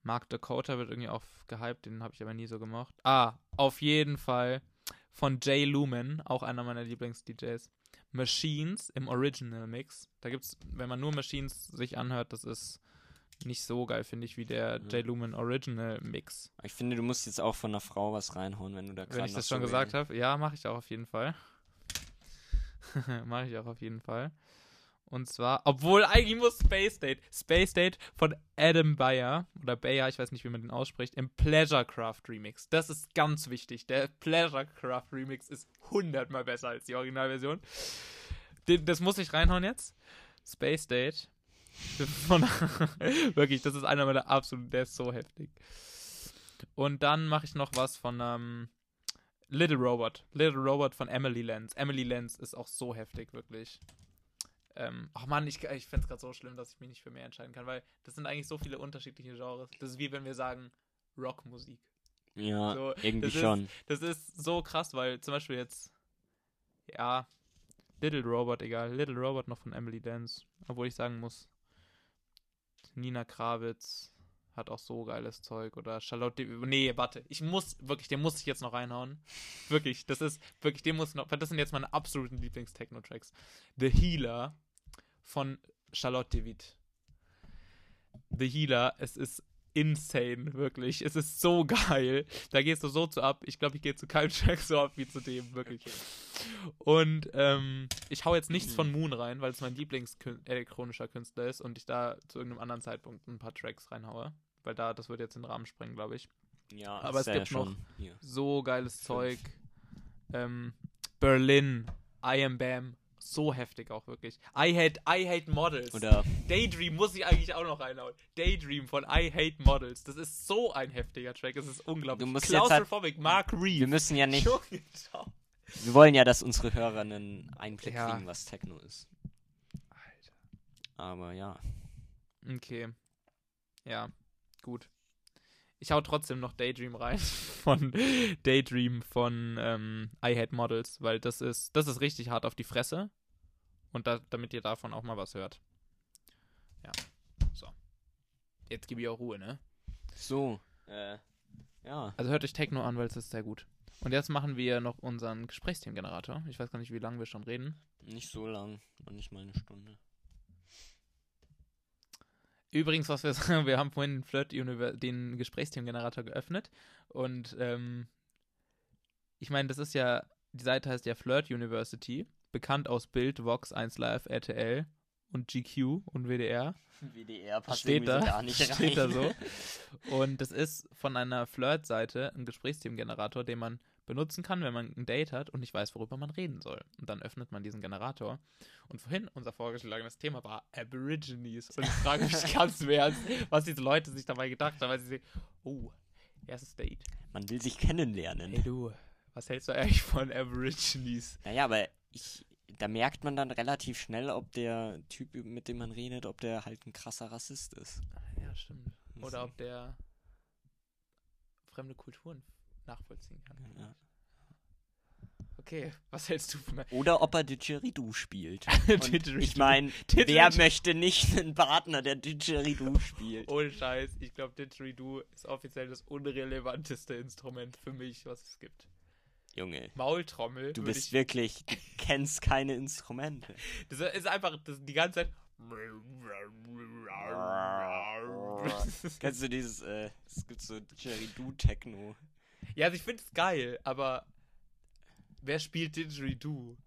C: Mark Dakota wird irgendwie auch gehypt, den habe ich aber nie so gemocht. Ah, auf jeden Fall von Jay Lumen, auch einer meiner Lieblings-DJs. Machines im Original Mix. Da gibt's, wenn man nur Machines sich anhört, das ist nicht so geil, finde ich, wie der
D: Mhm.
C: Jay Lumen Original Mix.
D: Ich finde, du musst jetzt auch von einer Frau was reinhauen, wenn du da gerade
C: Wenn ich
D: noch
C: das
D: so
C: schon
D: wen-
C: gesagt habe, ja, mache ich auch auf jeden Fall. mache ich auch auf jeden Fall. Und zwar, obwohl eigentlich muss Space Date, Space Date von Adam Bayer oder Bayer, ich weiß nicht, wie man den ausspricht, im Pleasurecraft Remix. Das ist ganz wichtig. Der Pleasurecraft Remix ist hundertmal besser als die Originalversion. Den, das muss ich reinhauen jetzt. Space Date. Von, wirklich, das ist einer meiner absoluten, der ist so heftig. Und dann mache ich noch was von ähm, Little Robot. Little Robot von Emily Lenz. Emily Lenz ist auch so heftig, wirklich. Ähm, ach man, ich, ich finde es gerade so schlimm, dass ich mich nicht für mehr entscheiden kann, weil das sind eigentlich so viele unterschiedliche Genres. Das ist wie wenn wir sagen Rockmusik.
D: Ja,
C: So,
D: irgendwie
C: das ist-
D: schon.
C: Das ist so krass, weil zum Beispiel jetzt, ja, Little Robot, egal, Little Robot noch von Emily Dance. Obwohl ich sagen muss, Nina Kravitz hat auch so geiles Zeug oder Charlotte, De nee, warte, ich muss, wirklich, den muss ich jetzt noch reinhauen. Wirklich, das ist, wirklich, den muss ich noch, weil das sind jetzt meine absoluten Lieblings-Techno-Tracks. The Healer von Charlotte DeWitt. The Healer, es ist insane, wirklich. Es ist so geil. Da gehst du so zu ab. Ich glaube, ich gehe zu keinem Track so ab wie zu dem, wirklich. Und ähm, ich hau jetzt
D: Mhm.
C: nichts von Moon rein, weil es mein Lieblings-elektronischer Künstler ist und ich da zu irgendeinem anderen Zeitpunkt ein paar Tracks reinhaue. Weil da, das würde jetzt den Rahmen sprengen, glaube ich.
D: Ja,
C: aber
D: ist
C: es
D: ja
C: gibt
D: schon hier.
C: So geiles Zeug.
D: Fünf.
C: Ähm, Berlin, I Am Bam. So heftig auch wirklich. I hate, I hate Models.
D: Oder
C: Daydream muss ich eigentlich auch noch reinhauen. Daydream von I Hate Models. Das ist so ein heftiger Track. Es ist unglaublich.
D: Du musst jetzt halt-
C: Claustrophobic, Mark
D: wir
C: Reeve.
D: müssen ja nicht,
C: Junge, schau.
D: wir wollen ja, dass unsere Hörer einen Einblick
C: Ja.
D: kriegen, was Techno ist. Aber ja,
C: Okay. Ja, gut. Ich hau trotzdem noch Daydream rein von Daydream von ähm, I Hate Models, weil das ist, das ist richtig hart auf die Fresse. Und da, damit ihr davon auch mal was hört. Ja. So. Jetzt gebe ich auch Ruhe, ne?
D: so, äh, ja,
C: Also hört euch Techno an, weil es ist sehr gut. Und jetzt machen wir noch unseren Gesprächsthemengenerator. Ich weiß gar nicht, wie lange wir schon reden.
D: nicht so lang und nicht mal eine Stunde.
C: Übrigens, was wir sagen, wir haben vorhin den Flirt Univer- den Gesprächsthemengenerator geöffnet. Und ähm, ich meine, das ist ja, die Seite heißt ja Flirt University, bekannt aus Bild, Vox, 1 Live, RTL und GQ und WDR.
D: WDR passt
C: Steht
D: irgendwie
C: da,
D: so gar nicht rein.
C: steht da so. Und das ist von einer Flirt-Seite ein Gesprächsthemengenerator, den man benutzen kann, wenn man ein Date hat und nicht weiß, worüber man reden soll. Und dann öffnet man diesen Generator. Und vorhin unser vorgeschlagenes Thema war Aborigines. Und ich frage mich ganz im Ernst, was diese Leute sich dabei gedacht haben, weil sie sehen, oh, erstes Date.
D: Man will sich kennenlernen.
C: Hey du, Was hältst du eigentlich von Aborigines?
D: Naja, aber ich, da merkt man dann relativ schnell, ob der Typ, mit dem man redet, ob der halt ein krasser Rassist ist.
C: Ja, stimmt. Oder
D: So.
C: ob der fremde Kulturen nachvollziehen kann.
D: Ja.
C: Okay, was hältst du von
D: Oder ob er Didgeridoo spielt. Und
C: Didgeridoo.
D: ich meine,
C: Didgeridoo. Oh.
D: wer möchte nicht einen Partner, der Didgeridoo spielt?
C: Ohne Scheiß, ich glaube, Didgeridoo ist offiziell das unrelevanteste Instrument für mich, was es gibt.
D: Junge,
C: Maultrommel.
D: du
C: würd
D: bist
C: ich,
D: wirklich, du kennst keine Instrumente.
C: Das ist einfach das, die ganze Zeit.
D: Kennst du dieses, äh, es gibt so Didgeridoo-Techno.
C: ja, also ich finde es geil, aber wer spielt Didgeridoo?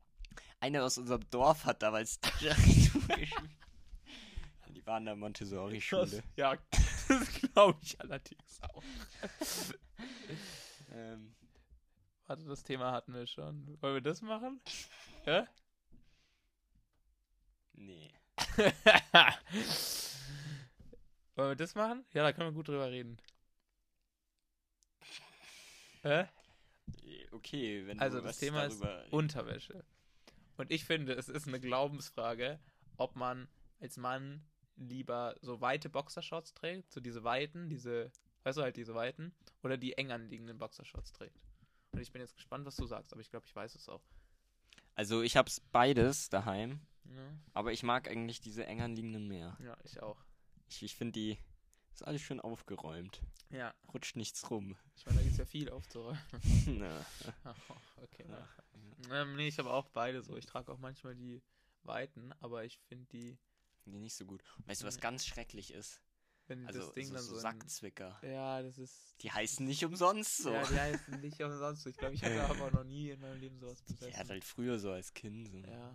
D: Einer aus unserem Dorf hat damals Didgeridoo gespielt. Die waren in der Montessori-Schule.
C: Ja, das glaube ich allerdings auch.
D: Ähm,
C: Warte, das Thema hatten wir schon. Wollen wir das machen? Ja?
D: nee.
C: Wollen wir das machen? Ja, da können wir gut drüber reden. Hä?
D: Okay, wenn
C: Also
D: du
C: das
D: was
C: Thema ist
D: darüber
C: Unterwäsche. Und ich finde, es ist eine Glaubensfrage, ob man als Mann lieber so weite Boxershorts trägt, so diese weiten, diese, weißt du halt, diese weiten, oder die eng anliegenden Boxershorts trägt. Und ich bin jetzt gespannt, was du sagst, aber ich glaube, ich weiß es auch.
D: Also ich hab's beides daheim,
C: Ja,
D: aber ich mag eigentlich diese eng anliegenden mehr.
C: ja ich auch.
D: Ich, ich finde die ist alles schön aufgeräumt.
C: Ja,
D: Rutscht nichts rum.
C: ich meine, da gibt es ja viel aufzuräumen.
D: Na,
C: Ah, okay. na. Ähm, nee, ich habe auch beide so. Ich trage auch manchmal die weiten, aber ich finde die,
D: die nicht so gut. Weißt du, was
C: Mhm.
D: ganz schrecklich ist?
C: wenn
D: Also
C: das Ding
D: so,
C: dann
D: so,
C: so. in-
D: Sackzwicker.
C: ja, das ist
D: Die heißen nicht umsonst so.
C: Ja,
D: Ja,
C: die heißen nicht umsonst so. Ich glaube, ich hatte aber auch noch nie in meinem Leben sowas
D: die hat
C: besessen.
D: halt früher so als Kind. So.
C: Ja.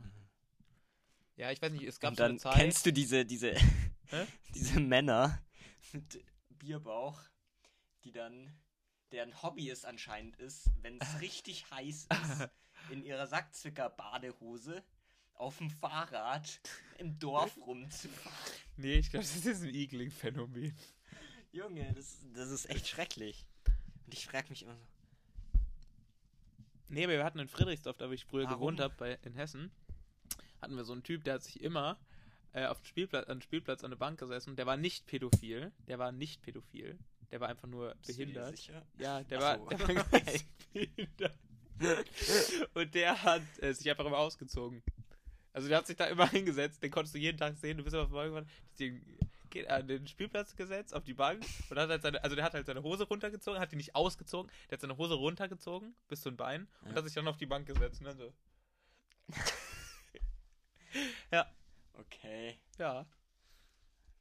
C: Ja, ich weiß nicht, es gab
D: Und
C: so eine
D: dann
C: Zeit.
D: kennst du diese, diese,
C: Hä?
D: diese Männer mit Bierbauch, die dann, deren Hobby es anscheinend ist, wenn es richtig heiß ist, in ihrer Sackzwicker-Badehose auf dem Fahrrad im Dorf rumzufahren.
C: Nee, ich glaube, das ist ein Eagling-Phänomen.
D: Junge, das, das ist echt schrecklich. Und ich frage mich immer so,
C: Nee, aber wir hatten in Friedrichsdorf, da wo ich früher
D: Warum?
C: gewohnt habe, in Hessen, hatten wir so einen Typ, der hat sich immer äh, auf den Spielplatz, an den Spielplatz an eine Bank gesessen. Der war nicht pädophil. Der war nicht pädophil. Der war einfach nur
D: bist du dir
C: behindert.
D: sicher?
C: Ja, der war,
D: Ach
C: der
D: so.
C: war ganz behindert. Und der hat äh, sich einfach immer ausgezogen. Also der hat sich da immer hingesetzt, den konntest du jeden Tag sehen, du bist immer vorbeigefahren, hast den- geht an den Spielplatz gesetzt, auf die Bank und hat halt seine, also der hat halt seine Hose runtergezogen, hat die nicht ausgezogen, der hat seine Hose runtergezogen bis zum Bein und
D: Ja.
C: hat sich dann auf die Bank gesetzt und dann so,
D: Okay,
C: ja,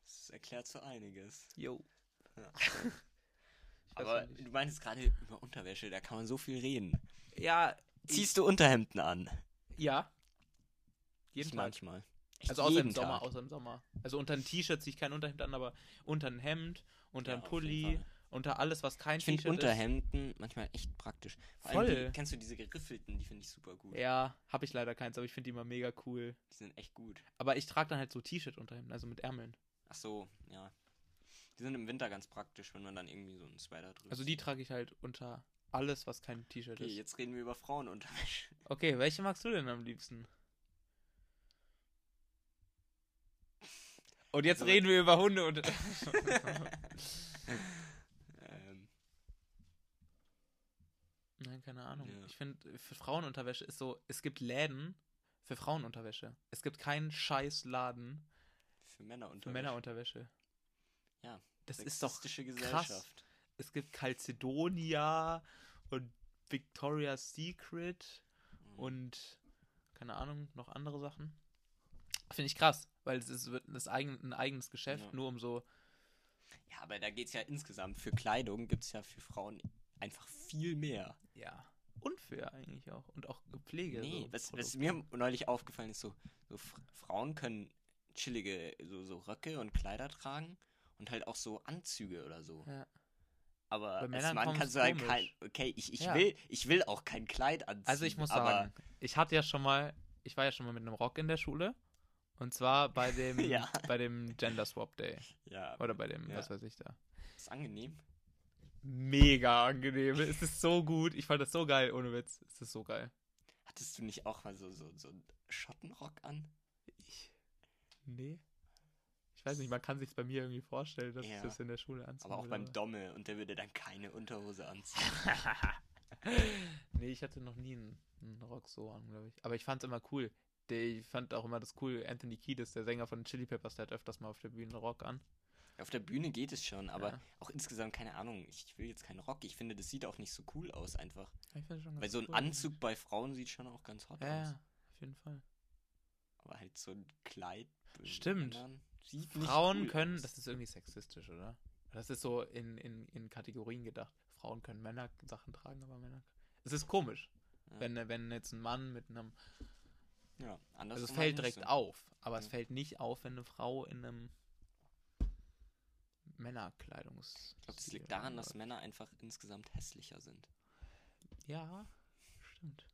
D: das erklärt so einiges.
C: yo.
D: Ja.
C: weiß
D: Aber
C: ja nicht.
D: du meinst gerade über Unterwäsche, da kann man so viel reden.
C: Ja,
D: Ziehst du Unterhemden an?
C: ja.
D: Ich
C: Jeden Tag.
D: manchmal.
C: Also außer
D: jeden
C: im Sommer,
D: Tag.
C: außer im Sommer. Also unter ein T-Shirt ziehe ich kein Unterhemd an, aber unter ein Hemd, unter
D: Ja,
C: ein
D: auf
C: Pulli,
D: jeden Fall.
C: unter alles, was kein
D: Ich finde
C: T-Shirt ist.
D: Unterhemden manchmal echt praktisch. Vor
C: Voll.
D: Allem die, kennst du diese geriffelten, die finde ich super gut.
C: Ja, habe ich leider keins, aber ich finde die immer mega cool.
D: Die sind echt gut.
C: Aber ich trage dann halt so T-Shirt-Unterhemden, also mit Ärmeln.
D: Ach so, ja. Die sind im Winter ganz praktisch, wenn man dann irgendwie so einen Sweater drückt.
C: Also die trage ich halt unter alles, was kein T-Shirt
D: okay,
C: ist.
D: jetzt reden wir über Frauenunterwäsche.
C: Okay, welche magst du denn am liebsten? Und jetzt
D: Also-
C: reden wir über Hunde und.
D: ähm,
C: Nein, keine Ahnung.
D: Ja.
C: Ich finde, für Frauenunterwäsche ist so, es gibt Läden für Frauenunterwäsche. Es gibt keinen scheiß Laden
D: für Männerunterwäsche.
C: für Männerunterwäsche.
D: Ja,
C: Das ist doch,
D: Sexistische
C: krass.
D: Gesellschaft.
C: es gibt Calcedonia und Victoria's Secret
D: Mhm.
C: und keine Ahnung, noch andere Sachen. Finde ich krass, weil es ist, wird das eigen, ein eigenes Geschäft,
D: Ja.
C: nur um so.
D: Ja, aber da geht es ja insgesamt. Für Kleidung gibt es ja für Frauen einfach viel mehr.
C: Ja. Unfair eigentlich auch. Und auch Pflege.
D: Nee,
C: so
D: was, was
C: Produkte.
D: mir neulich aufgefallen ist, so, so F- Frauen können chillige so, so Röcke und Kleider tragen und halt auch so Anzüge oder so.
C: Ja.
D: Aber
C: Bei
D: als
C: Männern
D: Mann
C: kommt's
D: kannst du halt
C: komisch.
D: kein. Okay, ich, ich,
C: Ja.
D: will, ich will auch kein Kleid anziehen.
C: Also ich muss
D: aber
C: sagen, ich hatte ja schon mal, ich war ja schon mal mit einem Rock in der Schule. Und zwar bei dem,
D: Ja.
C: bei dem Gender Swap Day.
D: Ja,
C: Oder bei dem,
D: Ja.
C: was weiß ich da.
D: ist angenehm.
C: mega angenehm. Es ist so gut. Ich fand das so geil, ohne Witz. Es ist so geil.
D: Hattest du nicht auch mal so, so, so einen Schottenrock an?
C: Ich. Nee. Ich weiß nicht, man kann sich bei mir irgendwie vorstellen, dass
D: Ja.
C: ich das in der Schule anziehe.
D: Aber auch beim Domme und der würde dann keine Unterhose anziehen.
C: nee, ich hatte noch nie einen, einen Rock so an, glaube ich. Aber ich fand's immer cool. Der- Ich fand auch immer das cool, Anthony Kiedis, der Sänger von den Chili Peppers, der hat öfters mal auf der Bühne einen Rock an.
D: Auf der Bühne geht es schon, aber
C: Ja.
D: auch insgesamt keine Ahnung. Ich will jetzt keinen Rock. Ich finde, das sieht auch nicht so cool aus einfach.
C: Ich find's schon ganz
D: Weil so ein
C: cool.
D: Anzug bei Frauen sieht schon auch ganz hot
C: Ja,
D: aus.
C: ja, auf jeden Fall.
D: Aber halt so ein Kleid. bei
C: Stimmt.
D: Männern Sieht nicht
C: Frauen
D: cool
C: können,
D: aus.
C: das ist irgendwie sexistisch, oder? Das ist so in, in, in Kategorien gedacht. Frauen können Männer Sachen tragen, aber Männer. Es ist komisch,
D: Ja.
C: wenn, wenn jetzt ein Mann mit einem.
D: Ja, anders
C: Also es fällt direkt auf, aber es
D: Ja.
C: fällt nicht auf, wenn eine Frau in einem Männerkleidungs.
D: Ich glaube, das liegt daran, dass Männer einfach insgesamt hässlicher sind.
C: Ja, stimmt.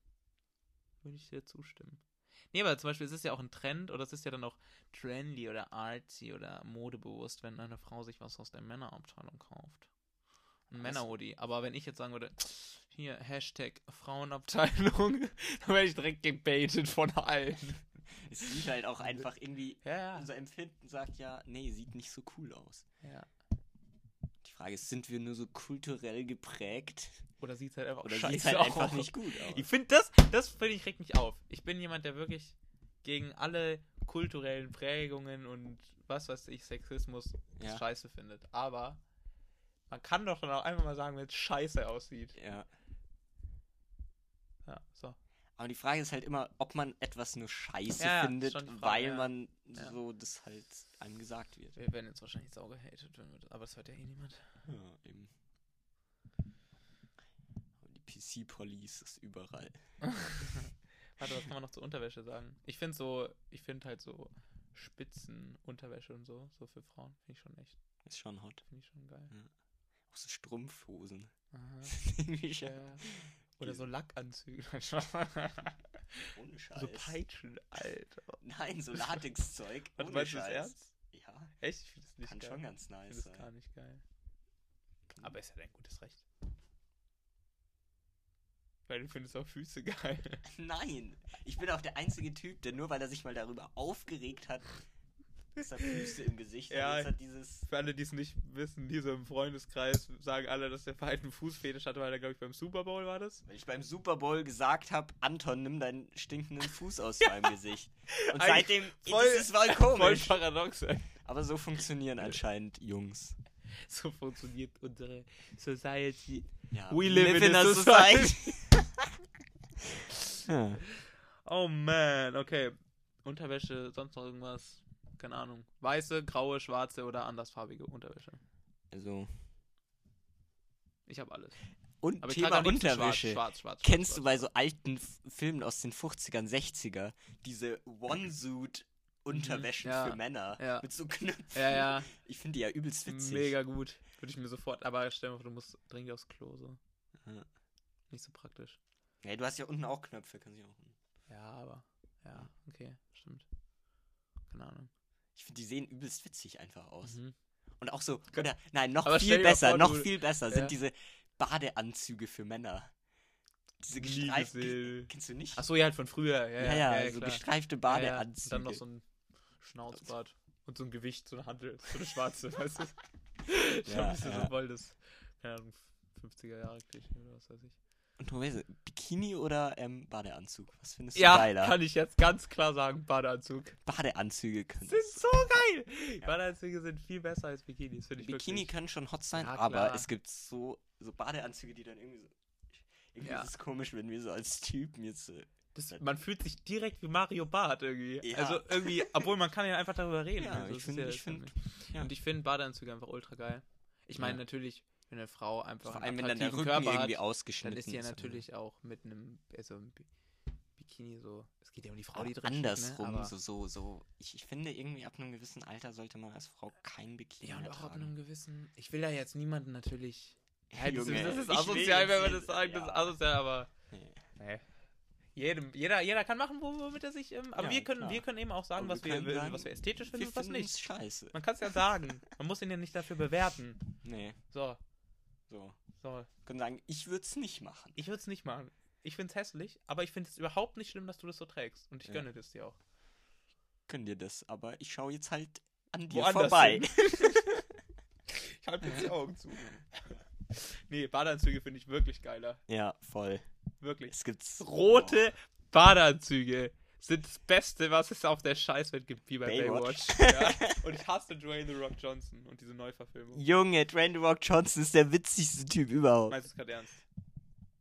C: Würde ich dir zustimmen. Nee, aber zum Beispiel, es ist ja auch ein Trend oder es ist ja dann auch trendy oder artsy oder modebewusst, wenn eine Frau sich was aus der Männerabteilung kauft. Ein Männerhoodie. Aber wenn ich jetzt sagen würde, hier, Hashtag Frauenabteilung, dann werde ich direkt gebaitet von allen.
D: Es sieht halt auch einfach irgendwie.
C: Ja,
D: Unser Empfinden sagt ja, nee, sieht nicht so cool aus.
C: ja.
D: Die Frage ist, sind wir nur so kulturell geprägt
C: Oder sieht es halt einfach
D: oder
C: scheiße
D: sieht halt
C: aus.
D: einfach nicht gut aus?
C: Ich finde das, das finde ich regt mich auf. Ich bin jemand, der wirklich gegen alle kulturellen Prägungen und was weiß ich, Sexismus
D: Ja.
C: scheiße findet. Aber man kann doch dann auch einfach mal sagen, wenn es scheiße aussieht.
D: Ja.
C: Ja, so.
D: Aber die Frage ist halt immer, ob man etwas nur scheiße
C: Ja, ja, ist
D: findet,
C: schon die Frage,
D: weil
C: ja.
D: man
C: Ja.
D: so das halt einem gesagt wird.
C: Wir werden jetzt wahrscheinlich sau gehatet, wenn wir das, aber das hört ja eh niemand.
D: Ja, eben. Aber die PC-Police ist überall.
C: Warte, was kann man noch zur Unterwäsche sagen? Ich finde so, ich finde halt so Spitzen, Unterwäsche und so, so für Frauen, finde ich schon echt,
D: Ist schon hot.
C: finde ich schon geil.
D: Auch so Strumpfhosen.
C: Aha.
D: Irgendwie schon.
C: Ja. Oder so Lackanzüge.
D: Ohne Scheiß.
C: so Peitschen, Alter.
D: Nein, so Latexzeug.
C: Warte,
D: ohne
C: meinst du das
D: Scheiß.
C: ernst?
D: Ja,
C: Echt? Ich finde das nicht
D: kann
C: geil.
D: schon ganz
C: ich
D: nice
C: finde das gar
D: sein.
C: nicht geil. Aber ist ja dein gutes Recht. Weil du findest auch Füße geil.
D: Nein, ich bin auch der einzige Typ, der nur weil er sich mal darüber aufgeregt hat, ist er Füße im Gesicht. und
C: Ja.
D: Jetzt hat dieses
C: Für alle, die es nicht wissen, die so im Freundeskreis sagen alle, dass der Verhalten einen Fußfetisch hatte, weil er, glaube ich, beim Super Bowl war das.
D: Weil ich beim Super Bowl gesagt habe, Anton, nimm deinen stinkenden Fuß aus meinem Gesicht. Und
C: Eigentlich
D: seitdem
C: voll-
D: das ist voll
C: Voll
D: komisch.
C: paradox. ey.
D: Aber so funktionieren anscheinend Jungs.
C: So funktioniert unsere Society.
D: Ja,
C: We live in a
D: ja.
C: Oh man, okay. Unterwäsche, sonst noch irgendwas? Keine Ahnung. Weiße, graue, schwarze oder andersfarbige Unterwäsche.
D: Also.
C: Ich habe alles.
D: Und
C: Aber ich
D: Thema
C: trage am liebsten
D: Unterwäsche.
C: Schwarz, schwarz, schwarz,
D: Kennst
C: schwarz,
D: du bei so alten F Filmen aus den 50ern, 60er diese One-Suit-Unterwäsche
C: Mhm, ja,
D: für Männer
C: ja.
D: mit so Knöpfen?
C: Ja, ja.
D: Ich finde die ja übelst witzig.
C: Mega gut. Würde ich mir sofort. Aber stell dir mal vor, du musst dringend aufs Klo. So.
D: Ja.
C: Nicht so praktisch.
D: Ja, du hast ja unten auch Knöpfe, kannst du ja auch.
C: Ja, aber. Ja, okay. Stimmt. Keine Ahnung.
D: Ich finde, die sehen übelst witzig einfach aus.
C: Mhm.
D: Und auch so, oder, nein, noch
C: Aber stell
D: viel
C: dir mal
D: besser,
C: vor,
D: noch
C: du-
D: viel besser
C: ja.
D: sind diese Badeanzüge für Männer. Diese
C: Nie
D: gestreiften.
C: gesehen.
D: Kennst du nicht?
C: Achso, ja, halt von früher. Ja,
D: ja, ja, so
C: klar.
D: gestreifte
C: Ja, ja.
D: Badeanzüge.
C: Und dann noch so ein Schnauzbart. Und so ein Gewicht, so eine Handel. So eine schwarze, weißt du? Ich
D: Ja,
C: glaube, das ist
D: ja.
C: so voll das. Keine Ahnung, 50er Jahre Klischee oder was weiß ich.
D: Und Tobias, Bikini oder ähm, Badeanzug? Was findest du
C: Ja,
D: geiler?
C: kann ich jetzt ganz klar sagen, Badeanzug.
D: Badeanzüge können.
C: sind so geil. Badeanzüge sind viel besser als Bikinis, finde ich
D: Bikini
C: wirklich.
D: können schon hot sein,
C: Ja,
D: aber
C: klar.
D: es gibt so, so Badeanzüge, die dann irgendwie so. Irgendwie
C: Ja.
D: ist es komisch, wenn wir so als Typen jetzt. äh,
C: Das, man fühlt sich direkt wie Mario Barth irgendwie.
D: Ja.
C: Also irgendwie, obwohl man kann ja einfach darüber reden.
D: Ja,
C: also
D: ich
C: es ist
D: finde-
C: ja
D: ich
C: jetzt
D: finde-
C: nicht-
D: ja.
C: Und ich finde Badeanzüge einfach ultra geil. Ich meine
D: Ja.
C: natürlich, wenn eine Frau einfach
D: Vor
C: einen
D: allem, wenn dann der Rücken
C: attraktiven Körper
D: irgendwie
C: hat, dann
D: ausgeschnitten ne?
C: ist die ja
D: oder-
C: natürlich auch mit einem, also einem Bi- Bikini so, es geht ja um die Frau,
D: Aber
C: die drin steht, ne?
D: andersrum,
C: Aber-
D: so, so, so. Ich, ich finde irgendwie ab einem gewissen Alter sollte man als Frau kein Bikini
C: Ja, und
D: mehr
C: auch ab
D: tragen.
C: einem gewissen, ich will da jetzt niemanden natürlich...
D: Ja,
C: das,
D: Junge,
C: das ist
D: ich will
C: asozial, wenn
D: jetzt
C: man
D: nicht-
C: das sagt, das
D: ja.
C: ist asozial, aber...
D: Nee.
C: Nee. Jedem, jeder, jeder kann machen, wo- womit er sich. Ähm, aber
D: Ja,
C: wir, können,
D: klar.
C: wir können eben auch sagen,
D: Aber
C: was
D: wir
C: wir,
D: können sagen,
C: was wir ästhetisch finden
D: Wir
C: und was
D: finden es
C: nicht.
D: scheiße.
C: Man kann es ja sagen. Man muss ihn ja nicht dafür bewerten.
D: Nee.
C: So.
D: So.
C: So.
D: Können sagen, ich würde es nicht machen.
C: Ich würde es nicht machen. Ich finde es hässlich, aber ich finde es überhaupt nicht schlimm, dass du das so trägst. Und ich
D: Ja.
C: gönne das dir auch.
D: Können dir das, aber ich schaue jetzt halt an dir
C: Woanders
D: vorbei.
C: Ich halte jetzt die Augen zu. nee, Badeanzüge finde ich wirklich geiler.
D: Ja, voll.
C: Wirklich.
D: Es gibt's.
C: Rote Badeanzüge sind das Beste, was es auf der Scheißwelt gibt, wie bei Baywatch.
D: Baywatch.
C: Ja. Und ich hasse Dwayne The Rock Johnson und diese Neuverfilmung.
D: Junge, Dwayne The Rock Johnson ist der witzigste Typ überhaupt.
C: Meinst du es gerade ernst?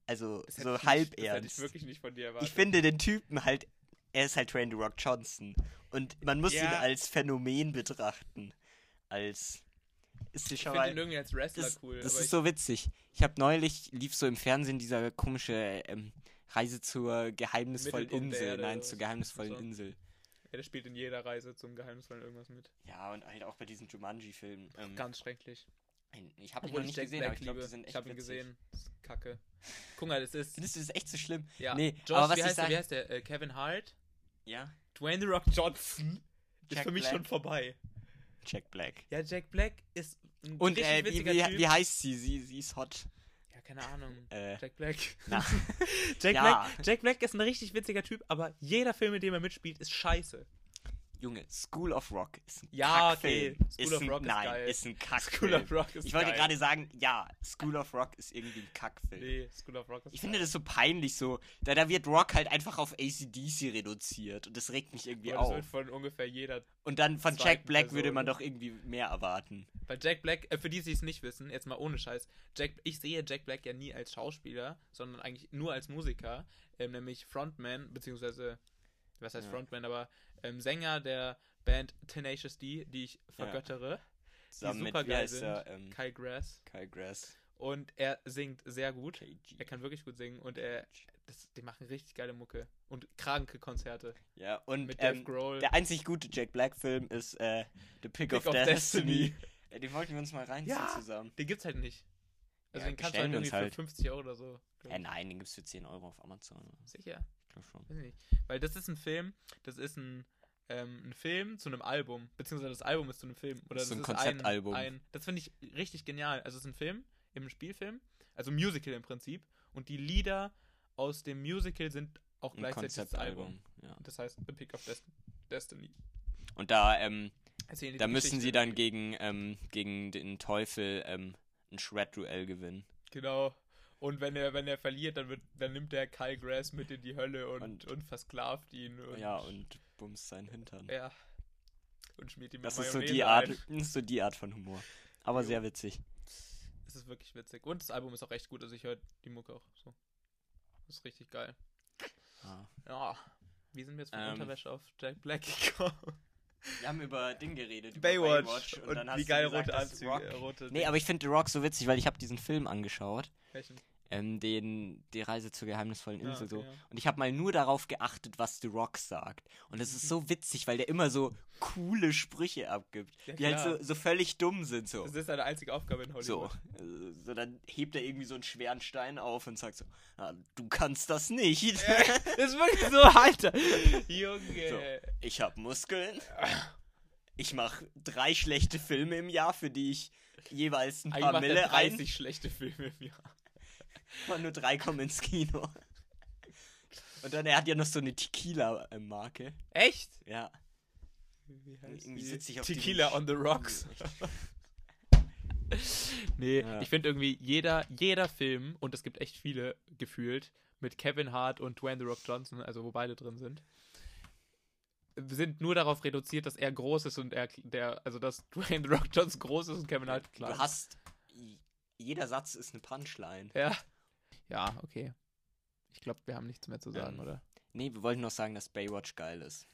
D: Also,
C: Das hätte
D: so
C: ich nicht-
D: halb
C: Das hätte ich
D: ernst.
C: wirklich nicht von dir
D: Ich
C: erwartet.
D: finde den Typen halt, er ist halt Dwayne The Rock Johnson. Und man muss ihn
C: Ja.
D: als Phänomen betrachten. Als. Ist die
C: Ich finde ihn irgendwie als Wrestler
D: das,
C: cool.
D: das
C: aber
D: ist
C: ich,
D: so witzig. Ich habe neulich, lief so im Fernsehen dieser komische ähm, Reise zur geheimnisvollen
C: Mittelpunkt der
D: Insel.
C: Erde
D: Nein,
C: oder
D: zur
C: was?
D: geheimnisvollen
C: So.
D: Insel.
C: ja, der spielt in jeder Reise zum Geheimnisvollen irgendwas mit.
D: Ja, und halt auch bei diesen Jumanji-Filmen. Ähm,
C: Ganz schrecklich.
D: ich habe ihn noch nicht
C: Jack
D: gesehen,
C: Black
D: aber ich glaube,
C: liebe.
D: die sind echt
C: Ich habe ihn
D: witzig.
C: gesehen. Das ist kacke. Guck mal, das ist.
D: Findest du das echt so schlimm?
C: Ja.
D: Nee,
C: Josh,
D: aber was
C: wie,
D: ich
C: heißt der,
D: sag-
C: wie heißt der? Äh, Kevin Hart?
D: Ja.
C: Dwayne The Rock Johnson? ist
D: Jack
C: für mich
D: Black.
C: schon vorbei.
D: Jack Black.
C: Ja, Jack Black ist ein
D: Und
C: richtig
D: äh, wie,
C: witziger
D: wie,
C: Typ.
D: wie heißt sie? sie? Sie ist hot.
C: ja, keine Ahnung.
D: Äh,
C: Jack Black.
D: na.
C: Jack,
D: Ja.
C: Black, Jack Black ist ein richtig witziger Typ, aber jeder Film, in dem er mitspielt, ist scheiße.
D: Junge, School of Rock ist ein
C: Ja, okay.
D: Kackfilm.
C: School
D: ist
C: of
D: ein,
C: Rock ist
D: nein,
C: geil.
D: ist ein Kackfilm.
C: School of Rock ist
D: ich wollte
C: geil.
D: gerade sagen, ja, School of Rock ist irgendwie ein Kackfilm.
C: Nee, School of Rock ist
D: Ich finde das so peinlich so. Da, da wird Rock halt einfach auf ACDC reduziert und das regt mich irgendwie
C: das wird
D: auf.
C: von ungefähr jeder
D: Und dann von
C: zweiten
D: Jack Black würde
C: Person.
D: man doch irgendwie mehr erwarten.
C: Weil Jack Black, äh, für die, die es nicht wissen, jetzt mal ohne Scheiß, Jack, ich sehe Jack Black ja nie als Schauspieler, sondern eigentlich nur als Musiker, ähm, nämlich Frontman, beziehungsweise, was heißt
D: Ja.
C: Frontman, aber ähm, Sänger der Band Tenacious D, die ich vergöttere,
D: Zusammen mit,
C: supergeil
D: wie heißt
C: sind.
D: er? Ähm,
C: Kyle Grass.
D: Kyle Grass.
C: Und er singt sehr gut.
D: KG.
C: Er kann wirklich gut singen und er, das, die machen richtig geile Mucke und kranke Konzerte.
D: Ja, und
C: Mit Dave
D: ähm,
C: Grohl.
D: der einzig gute Jack Black-Film ist äh, The Pick,
C: Pick
D: of,
C: of
D: Destiny.
C: Destiny.
D: Äh, Den wollten wir uns mal reinziehen
C: Ja.
D: zusammen.
C: Den gibt's halt nicht. Also
D: Ja,
C: den kannst du
D: bestellen
C: halt
D: wir
C: irgendwie
D: uns halt.
C: für 50 Euro oder so. glaub
D: Äh,
C: ich.
D: nein, den gibt's für 10 Euro auf Amazon.
C: Sicher.
D: Ich glaub schon.
C: Weiß ich nicht. Weil das ist ein Film, das ist ein, ähm, ein Film zu einem Album, beziehungsweise das Album ist zu einem Film. Oder
D: Das ist
C: das
D: ein
C: ist
D: Konzeptalbum.
C: Ein, ein, das finde ich richtig genial. Also es ist ein Film, eben ein Spielfilm, also ein Musical im Prinzip. Und die Lieder aus dem Musical sind auch
D: Ein
C: gleichzeitig das Album.
D: Konzeptalbum. Ja.
C: Das heißt The Pick of Des Destiny.
D: Und da, ähm,
C: Erzählen die
D: da
C: die
D: müssen
C: Geschichte.
D: sie dann gegen, ähm, gegen den Teufel ähm, ein Shred-Duell gewinnen.
C: Genau. Und wenn er, wenn er verliert, dann, wird, dann nimmt der Kyle Grass mit in die Hölle und,
D: Und-
C: und, versklavt ihn. Und,
D: Ja, und bumst seinen Hintern.
C: Ja. Und schmiert ihn mit
D: Das ist so
C: Mayonnaise
D: die Art,
C: ein.
D: das ist so die Art von Humor. Aber
C: Jo.
D: sehr witzig.
C: Es ist wirklich witzig. Und das Album ist auch echt gut. Also ich höre die Mucke auch so. Das ist richtig geil.
D: Ja.
C: Ja. Wie sind wir jetzt von
D: Ähm.
C: Unterwäsche auf Jack Black gekommen?
D: Wir haben über Ding geredet,
C: Baywatch. Und,
D: dann hast
C: wie
D: du
C: geil
D: gesagt,
C: rote
D: dass
C: Anzüge.
D: Rock-
C: äh, Rote
D: Nee, aber ich finde The Rock so witzig, weil ich habe diesen Film angeschaut,
C: Welchen?
D: ähm, den die Reise zur geheimnisvollen
C: Ja,
D: Insel
C: okay,
D: so.
C: ja.
D: Und ich habe mal nur darauf geachtet, was The Rock sagt. Und das ist
C: Mhm.
D: so witzig, weil der immer so coole Sprüche abgibt,
C: Ja,
D: die
C: klar.
D: halt so, so völlig dumm sind so.
C: Das ist seine einzige Aufgabe in
D: So.
C: Hollywood.
D: Äh, so, dann hebt er irgendwie so einen schweren Stein auf und sagt so, ah, du kannst das nicht.
C: Das ist wirklich so, Alter.
D: So,
C: Junge.
D: ich hab Muskeln. Ich mach drei schlechte Filme im Jahr, für die ich jeweils ein
C: Eigentlich
D: paar
C: macht er
D: Ah, Mille rein.
C: 30 schlechte Filme im Jahr.
D: Aber nur drei kommen ins Kino. Und dann, er hat ja noch so eine Tequila-Marke.
C: Echt?
D: Ja.
C: Wie
D: Irgendwie sitze ich auf
C: Tequila
D: diesem-
C: on the Rocks. nee,
D: Ja.
C: ich finde irgendwie jeder, jeder Film, und es gibt echt viele gefühlt, mit Kevin Hart und Dwayne The Rock Johnson, also wo beide drin sind, sind nur darauf reduziert, dass er groß ist und er der, also dass Dwayne The Rock Johnson groß ist und Kevin Hart klein.
D: Du hast. Jeder Satz ist eine Punchline.
C: ja. ja, okay. Ich glaube, wir haben nichts mehr zu sagen,
D: Ähm.
C: oder?
D: Nee, wir wollten noch sagen, dass Baywatch geil ist.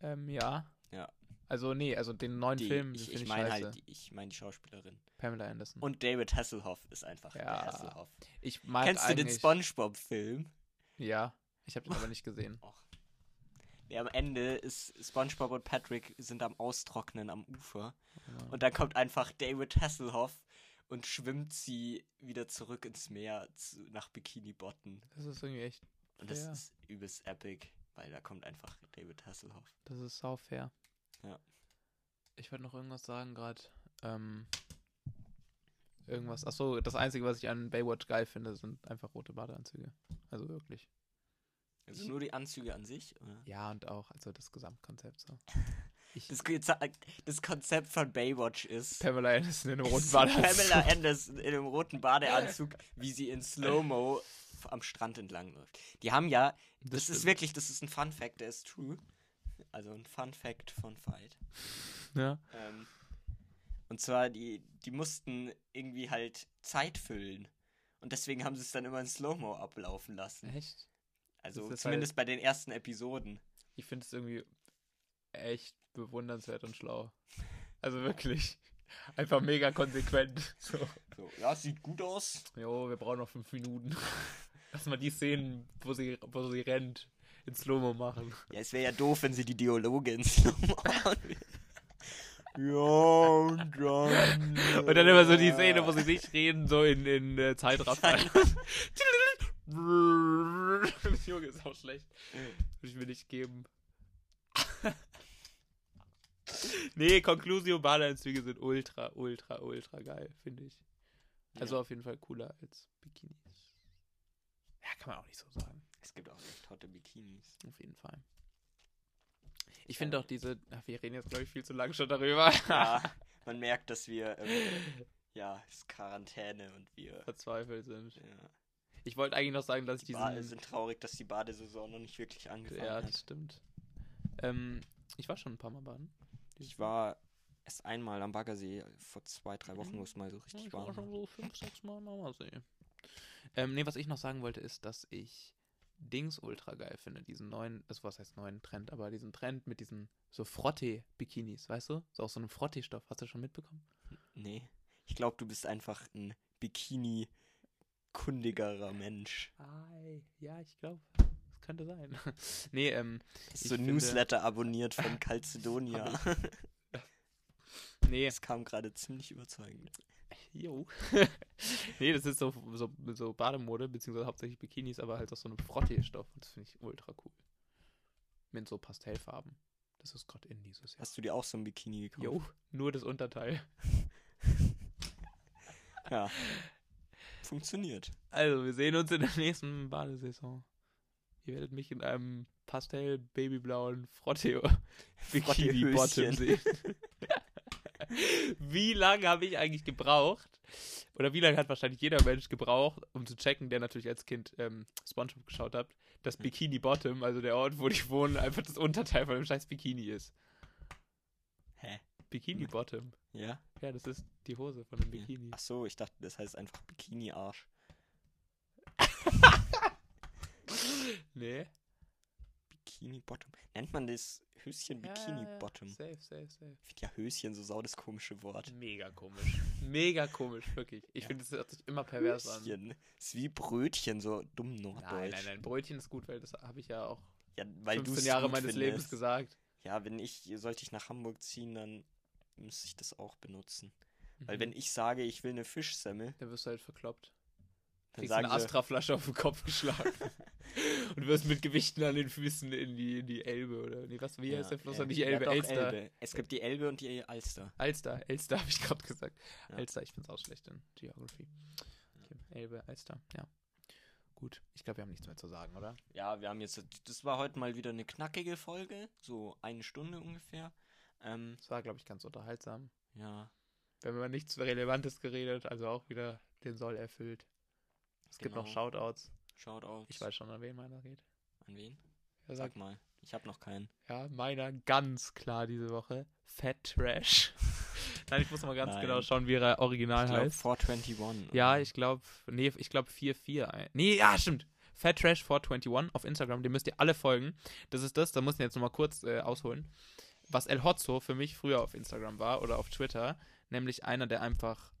C: Ähm, ja.
D: Ja.
C: Also, nee, also den neuen
D: Die,
C: Film,
D: ich
C: finde
D: ich
C: ich
D: meine
C: scheiße.
D: halt, die, ich meine die Schauspielerin.
C: Pamela Anderson.
D: Und David Hasselhoff ist einfach
C: Ja.
D: der Hasselhoff.
C: ich mag
D: Kennst du den
C: eigentlich-
D: Spongebob-Film?
C: Ja, ich habe den aber nicht gesehen.
D: Ja, am Ende ist SpongeBob und Patrick sind am Austrocknen am Ufer
C: Ja.
D: und dann kommt einfach David Hasselhoff und schwimmt sie wieder zurück ins Meer zu, nach Bikini Bottom
C: Das ist irgendwie echt,
D: und das
C: Ja.
D: ist übelst epic, weil da kommt einfach David Hasselhoff.
C: das ist sau fair.
D: Ja.
C: Ich wollte noch irgendwas sagen gerade. Ähm, irgendwas. Achso, das Einzige, was ich an Baywatch geil finde, sind einfach rote Badeanzüge. Also wirklich.
D: Also nur die Anzüge an sich, oder?
C: Ja, und auch, also das Gesamtkonzept so.
D: Das, Geza- das Konzept von Baywatch ist.
C: Pamela Anderson in einem roten
D: ist Pamela
C: Badeanzug.
D: Anderson in einem roten Badeanzug, wie sie in Slow-Mo f- am Strand entlang läuft. Die haben ja, das, ist
C: stimmt.
D: wirklich, das ist ein Fun Fact, der ist true. Also ein Fun Fact von Fight.
C: Ja.
D: Ähm, und zwar, die, die mussten irgendwie halt Zeit füllen. Und deswegen haben sie es dann immer in Slow-Mo ablaufen lassen.
C: Echt?
D: Also
C: Das ist
D: zumindest bei den ersten Episoden.
C: Ich finde es irgendwie echt bewundernswert und schlau. Also wirklich. Einfach mega konsequent. So.
D: So, ja, sieht gut aus.
C: Jo, wir brauchen noch fünf Minuten. Lass mal die Szenen, wo sie, wo sie rennt, in Slow-Mo machen.
D: Ja, es wäre ja doof, wenn sie die Dialoge in Slow-Mo machen Ja, und dann.
C: Und dann immer so die Szene, wo sie nicht reden, so in, in äh, Zeitraffer. Junge, ist auch schlecht. Würde ich mir nicht geben. nee, Conclusio Badeanzüge sind ultra, ultra, ultra geil, finde ich. Also
D: Ja.
C: auf jeden Fall cooler als Bikinis. Ja, kann man auch nicht so sagen.
D: Es gibt auch echt hotte Bikinis.
C: Auf jeden Fall. Ich finde auch diese. Ach, wir reden jetzt, glaube ich, viel zu lang schon darüber.
D: Ja, man merkt, dass wir. Ähm, ja, es ist Quarantäne und wir.
C: Verzweifelt sind.
D: Ja.
C: Ich wollte eigentlich noch sagen, dass ich
D: Die
C: diesen.
D: Bade sind traurig, dass die Badesaison noch nicht wirklich angefangen
C: Ja, das
D: hat.
C: stimmt. Ähm, ich war schon ein paar Mal baden.
D: Ich war erst einmal am Baggersee vor zwei, drei Wochen, wo es mal so
C: Ja,
D: richtig
C: ich war
D: warm
C: schon
D: war.
C: so fünf, sechs Mal am Ammersee. Ähm, nee, was ich noch sagen wollte, ist, dass ich Dings ultra geil finde. Diesen neuen, also was heißt neuen Trend, aber diesen Trend mit diesen so Frottee-Bikinis, weißt du? So aus so einem Frottee-Stoff. Hast du schon mitbekommen?
D: Nee. Ich glaube, du bist einfach ein Bikini-kundigerer Mensch.
C: Ei, ja, ich glaube. Das könnte sein. nee, ähm,
D: Hast
C: Ich
D: so ein
C: finde-
D: Newsletter abonniert von Calcedonia.
C: nee.
D: Das kam gerade ziemlich überzeugend.
C: Jo. nee, das ist so, so, so Bademode, beziehungsweise hauptsächlich Bikinis, aber halt aus so einem Frottee-Stoff. Und das finde ich ultra cool. Mit so Pastellfarben. Das ist gerade in dieses Jahr.
D: Hast du dir auch so ein Bikini gekauft?
C: Jo, nur das Unterteil.
D: Ja. Funktioniert.
C: Also, wir sehen uns in der nächsten Badesaison. Ihr werdet mich in einem pastell-babyblauen Frottee-Bikini-Bottom
D: Frottee-Höschen.
C: sehen. wie lange habe ich eigentlich gebraucht? Oder wie lange hat wahrscheinlich jeder Mensch gebraucht, um zu checken, der natürlich als Kind ähm, Spongebob geschaut hat, dass Bikini Bottom, also der Ort, wo ich wohne, einfach das Unterteil von dem scheiß Bikini ist.
D: Hä?
C: Bikini Bottom.
D: Ja?
C: Ja, das ist die Hose von dem Bikini.
D: Ach so, ich dachte, das heißt einfach Bikini-Arsch.
C: Nee.
D: Bikini-Bottom. Nennt man das Höschen Bikini-Bottom?
C: Ja, ja, ja. Äh, Safe, safe, safe.
D: Ich finde ja Höschen so sau das komische Wort.
C: Mega komisch. Mega komisch, wirklich. Ich finde, das hört sich immer pervers an.
D: Höschen. Ist wie Brötchen, so dumm Norddeutsch.
C: Nein, nein, nein. Brötchen ist gut, weil das habe ich ja auch
D: Ja, weil du's
C: 15 Jahre
D: gut
C: meines
D: findest.
C: Lebens gesagt.
D: Ja, wenn ich, sollte ich nach Hamburg ziehen, dann müsste ich das auch benutzen. Weil
C: Mhm.
D: wenn ich sage, ich will eine Fischsemmel,
C: Dann wirst du halt verkloppt.
D: dann
C: Kriegst eine
D: sagen sie,
C: Astra-Flasche auf den Kopf geschlagen. und wirst mit Gewichten an den Füßen in die, in die Elbe oder. Nee, was? Wie heißt der Fluss?
D: äh,
C: Äh, nicht
D: ja
C: Elbe,
D: doch,
C: Elster.
D: Elbe. Es gibt die Elbe und die Alster.
C: Alster, Elster habe ich gerade gesagt.
D: Ja.
C: Alster, ich bin's auch schlecht in Geografie. Okay. Elbe, Alster, ja. Gut, ich glaube, wir haben nichts mehr zu sagen, oder?
D: Ja, wir haben jetzt, das war heute mal wieder eine knackige Folge, so eine Stunde ungefähr. Ähm,
C: Es war, glaube ich, ganz unterhaltsam.
D: ja,
C: Wir haben über nichts Relevantes geredet, also auch wieder den Soll erfüllt. Es gibt noch
D: Genau.
C: Shoutouts.
D: Shoutouts.
C: Ich weiß schon, an wen meiner geht.
D: An wen?
C: Er
D: Sag
C: sagt,
D: mal, ich habe noch keinen.
C: ja, meiner ganz klar diese Woche. Fat Trash. Nein, ich muss mal ganz
D: Nein.
C: genau schauen, wie er original
D: Ich glaube
C: heißt.
D: 421.
C: Ja,
D: oder?
C: ich glaube, nee, ich glaube 44. Nee, ja, stimmt. Fat Trash 421 auf Instagram, dem müsst ihr alle folgen. Das ist das, da muss ich jetzt nochmal kurz äh, ausholen. Was El Hotzo für mich früher auf Instagram war oder auf Twitter, nämlich einer, der einfach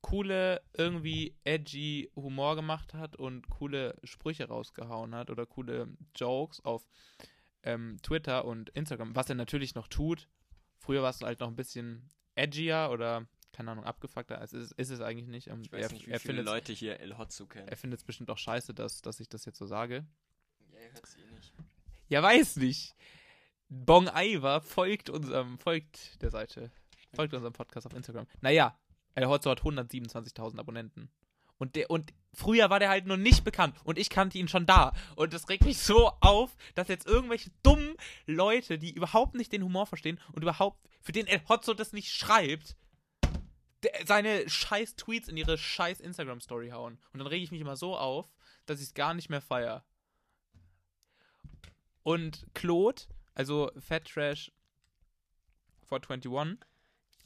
C: coole, irgendwie edgy Humor gemacht hat und coole Sprüche rausgehauen hat oder coole Jokes auf ähm, Twitter und Instagram, was er natürlich noch tut. Früher war es halt noch ein bisschen edgier oder, keine Ahnung, abgefuckter. Es ist, ist es eigentlich nicht. Ähm,
D: Ich weiß
C: er,
D: nicht, wie
C: er
D: viele
C: findet's-
D: Leute hier El Hotzo kennen.
C: er findet es bestimmt auch scheiße, dass, dass ich das jetzt so sage.
D: Ja, ihr hört's eh nicht.
C: Ja, weiß nicht. Bong Iver folgt unserem, folgt der Seite. Folgt unserem Podcast auf Instagram. Naja, El Hotzo hat 127.000 Abonnenten. Und, der, und früher war der halt noch nicht bekannt und ich kannte ihn schon da. Und das regt mich so auf, dass jetzt irgendwelche dummen Leute, die überhaupt nicht den Humor verstehen und überhaupt, für den El Hotzo das nicht schreibt, der, seine scheiß Tweets in ihre scheiß Instagram-Story hauen. Und dann rege ich mich immer so auf, dass ich es gar nicht mehr feier. Und Claude, also Fat Trash 421,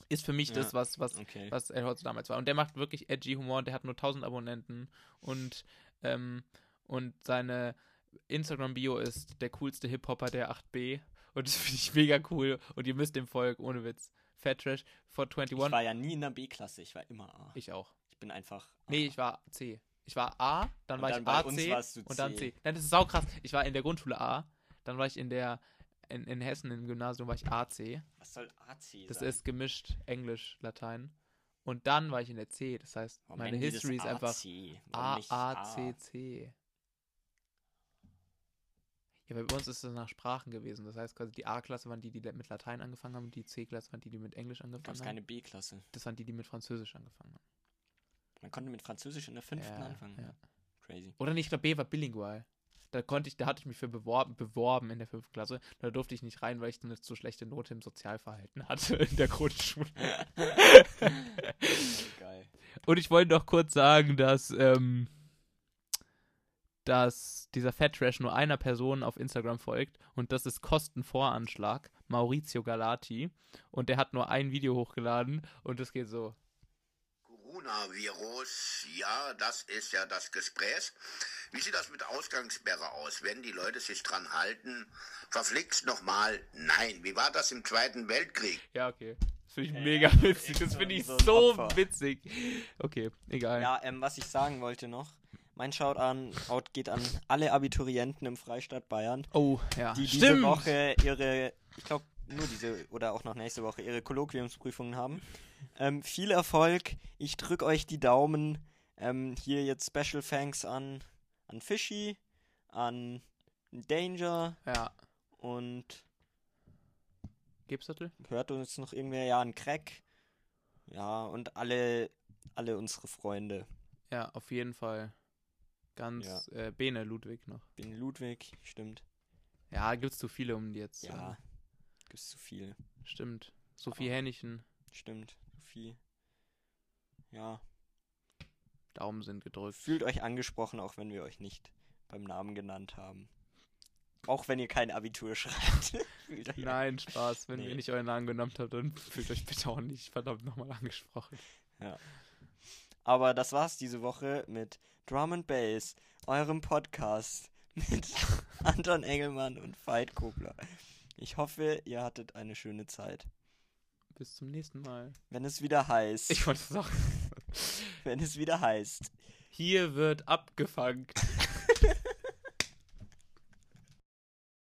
C: ist für mich
D: Ja.
C: das, was, was
D: Okay.
C: was El Hotzo damals war. Und der macht wirklich edgy Humor und der hat nur 1000 Abonnenten und, ähm, und seine Instagram-Bio ist der coolste Hip-Hopper der 8B und das finde ich mega cool und ihr müsst dem folgen, ohne Witz. Fat Trash
D: Ich
C: 421.
D: war ja nie in der B-Klasse, ich war immer A.
C: Ich, auch.
D: Ich bin einfach. A.
C: Nee, ich war C. Ich war A, dann
D: Und
C: war
D: dann
C: ich
D: bei
C: A,
D: uns
C: C
D: warst du
C: und dann
D: C.
C: C. Nein, das ist saukrass. Ich war in der Grundschule A, dann war ich in der in, in Hessen im Gymnasium war ich AC.
D: Was soll AC
C: Das
D: sein?
C: ist gemischt Englisch, Latein. Und dann war ich in der C. Das heißt,
D: Warum
C: meine
D: nennen die das
C: History ist einfach
D: AC? Warum
C: A
D: nicht Ah.
C: A C C. Ja, weil bei uns ist es nach Sprachen gewesen. Das heißt quasi, die A-Klasse waren die, die mit Latein angefangen haben, und die C-Klasse waren die, die mit Englisch
D: Gab
C: angefangen
D: es
C: haben.
D: keine B-Klasse.
C: Das waren die, die mit Französisch angefangen haben.
D: Man konnte mit Französisch in der fünften
C: Ja,
D: anfangen.
C: ja.
D: Crazy.
C: Oder nicht, ich glaube, B war bilingual. Da konnte ich, da hatte ich mich für beworben, beworben in der fünften Klasse. Da durfte ich nicht rein, weil ich eine zu schlechte Note im Sozialverhalten hatte in der Grundschule.
D: Geil.
C: Und ich wollte noch kurz sagen, dass, ähm, dass dieser Fat Trash nur einer Person auf Instagram folgt und das ist Kostenvoranschlag, Maurizio Galati. Und der hat nur ein Video hochgeladen und es geht so.
A: Coronavirus, ja, das ist ja das Gespräch. Wie sieht das mit Ausgangssperre aus? Wenn die Leute sich dran halten, verflixt nochmal. Nein, wie war das im Zweiten Weltkrieg?
C: Ja, okay. Das finde ich
D: Ja,
C: mega
D: das ist
C: witzig.
D: echt
C: Das
D: so
C: finde
D: ein-
C: ich
D: so
C: so,
D: ein Opfer.
C: witzig. Okay, egal.
D: Ja, ähm, was ich sagen wollte noch. Mein Shoutout an, out geht an alle Abiturienten im Freistaat Bayern,
C: Oh, ja.
D: die diese
C: Stimmt.
D: Woche ihre, ich glaube nur diese oder auch noch nächste Woche ihre Kolloquiumsprüfungen haben. Ähm, viel Erfolg. Ich drück euch die Daumen. Ähm, hier jetzt Special Thanks an an Fishy, an Danger
C: Ja.
D: und
C: Gipsviertel?
D: hört uns noch irgendwer ja an Crack. Ja, und alle alle unsere Freunde.
C: Ja, auf jeden Fall. Ganz äh, Bene Ludwig noch.
D: Bin Ludwig, stimmt.
C: Ja, gibt's zu viele, um die jetzt. zu
D: Ja.
C: sagen.
D: Gibt's zu viel.
C: Stimmt. Sophie
D: Aber-
C: Hennichen,
D: Stimmt, Sophie. Ja,
C: Daumen sind gedrückt.
D: fühlt euch angesprochen, auch wenn wir euch nicht beim Namen genannt haben. Auch wenn ihr kein Abitur schreibt. Fühlt euch-
C: Nein, Spaß. Wenn
D: Nee.
C: ihr nicht euren Namen genannt habt, dann fühlt euch bitte auch nicht verdammt nochmal angesprochen.
D: Aber das war's diese Woche mit Drum and Bass, eurem Podcast mit Anton Engelmann und Veit Kobler. Ich hoffe, ihr hattet eine schöne Zeit.
C: Bis zum nächsten Mal.
D: Wenn es wieder heißt,
C: Ich wollte sagen.
D: wenn es wieder heißt,
C: Hier wird abgefangen.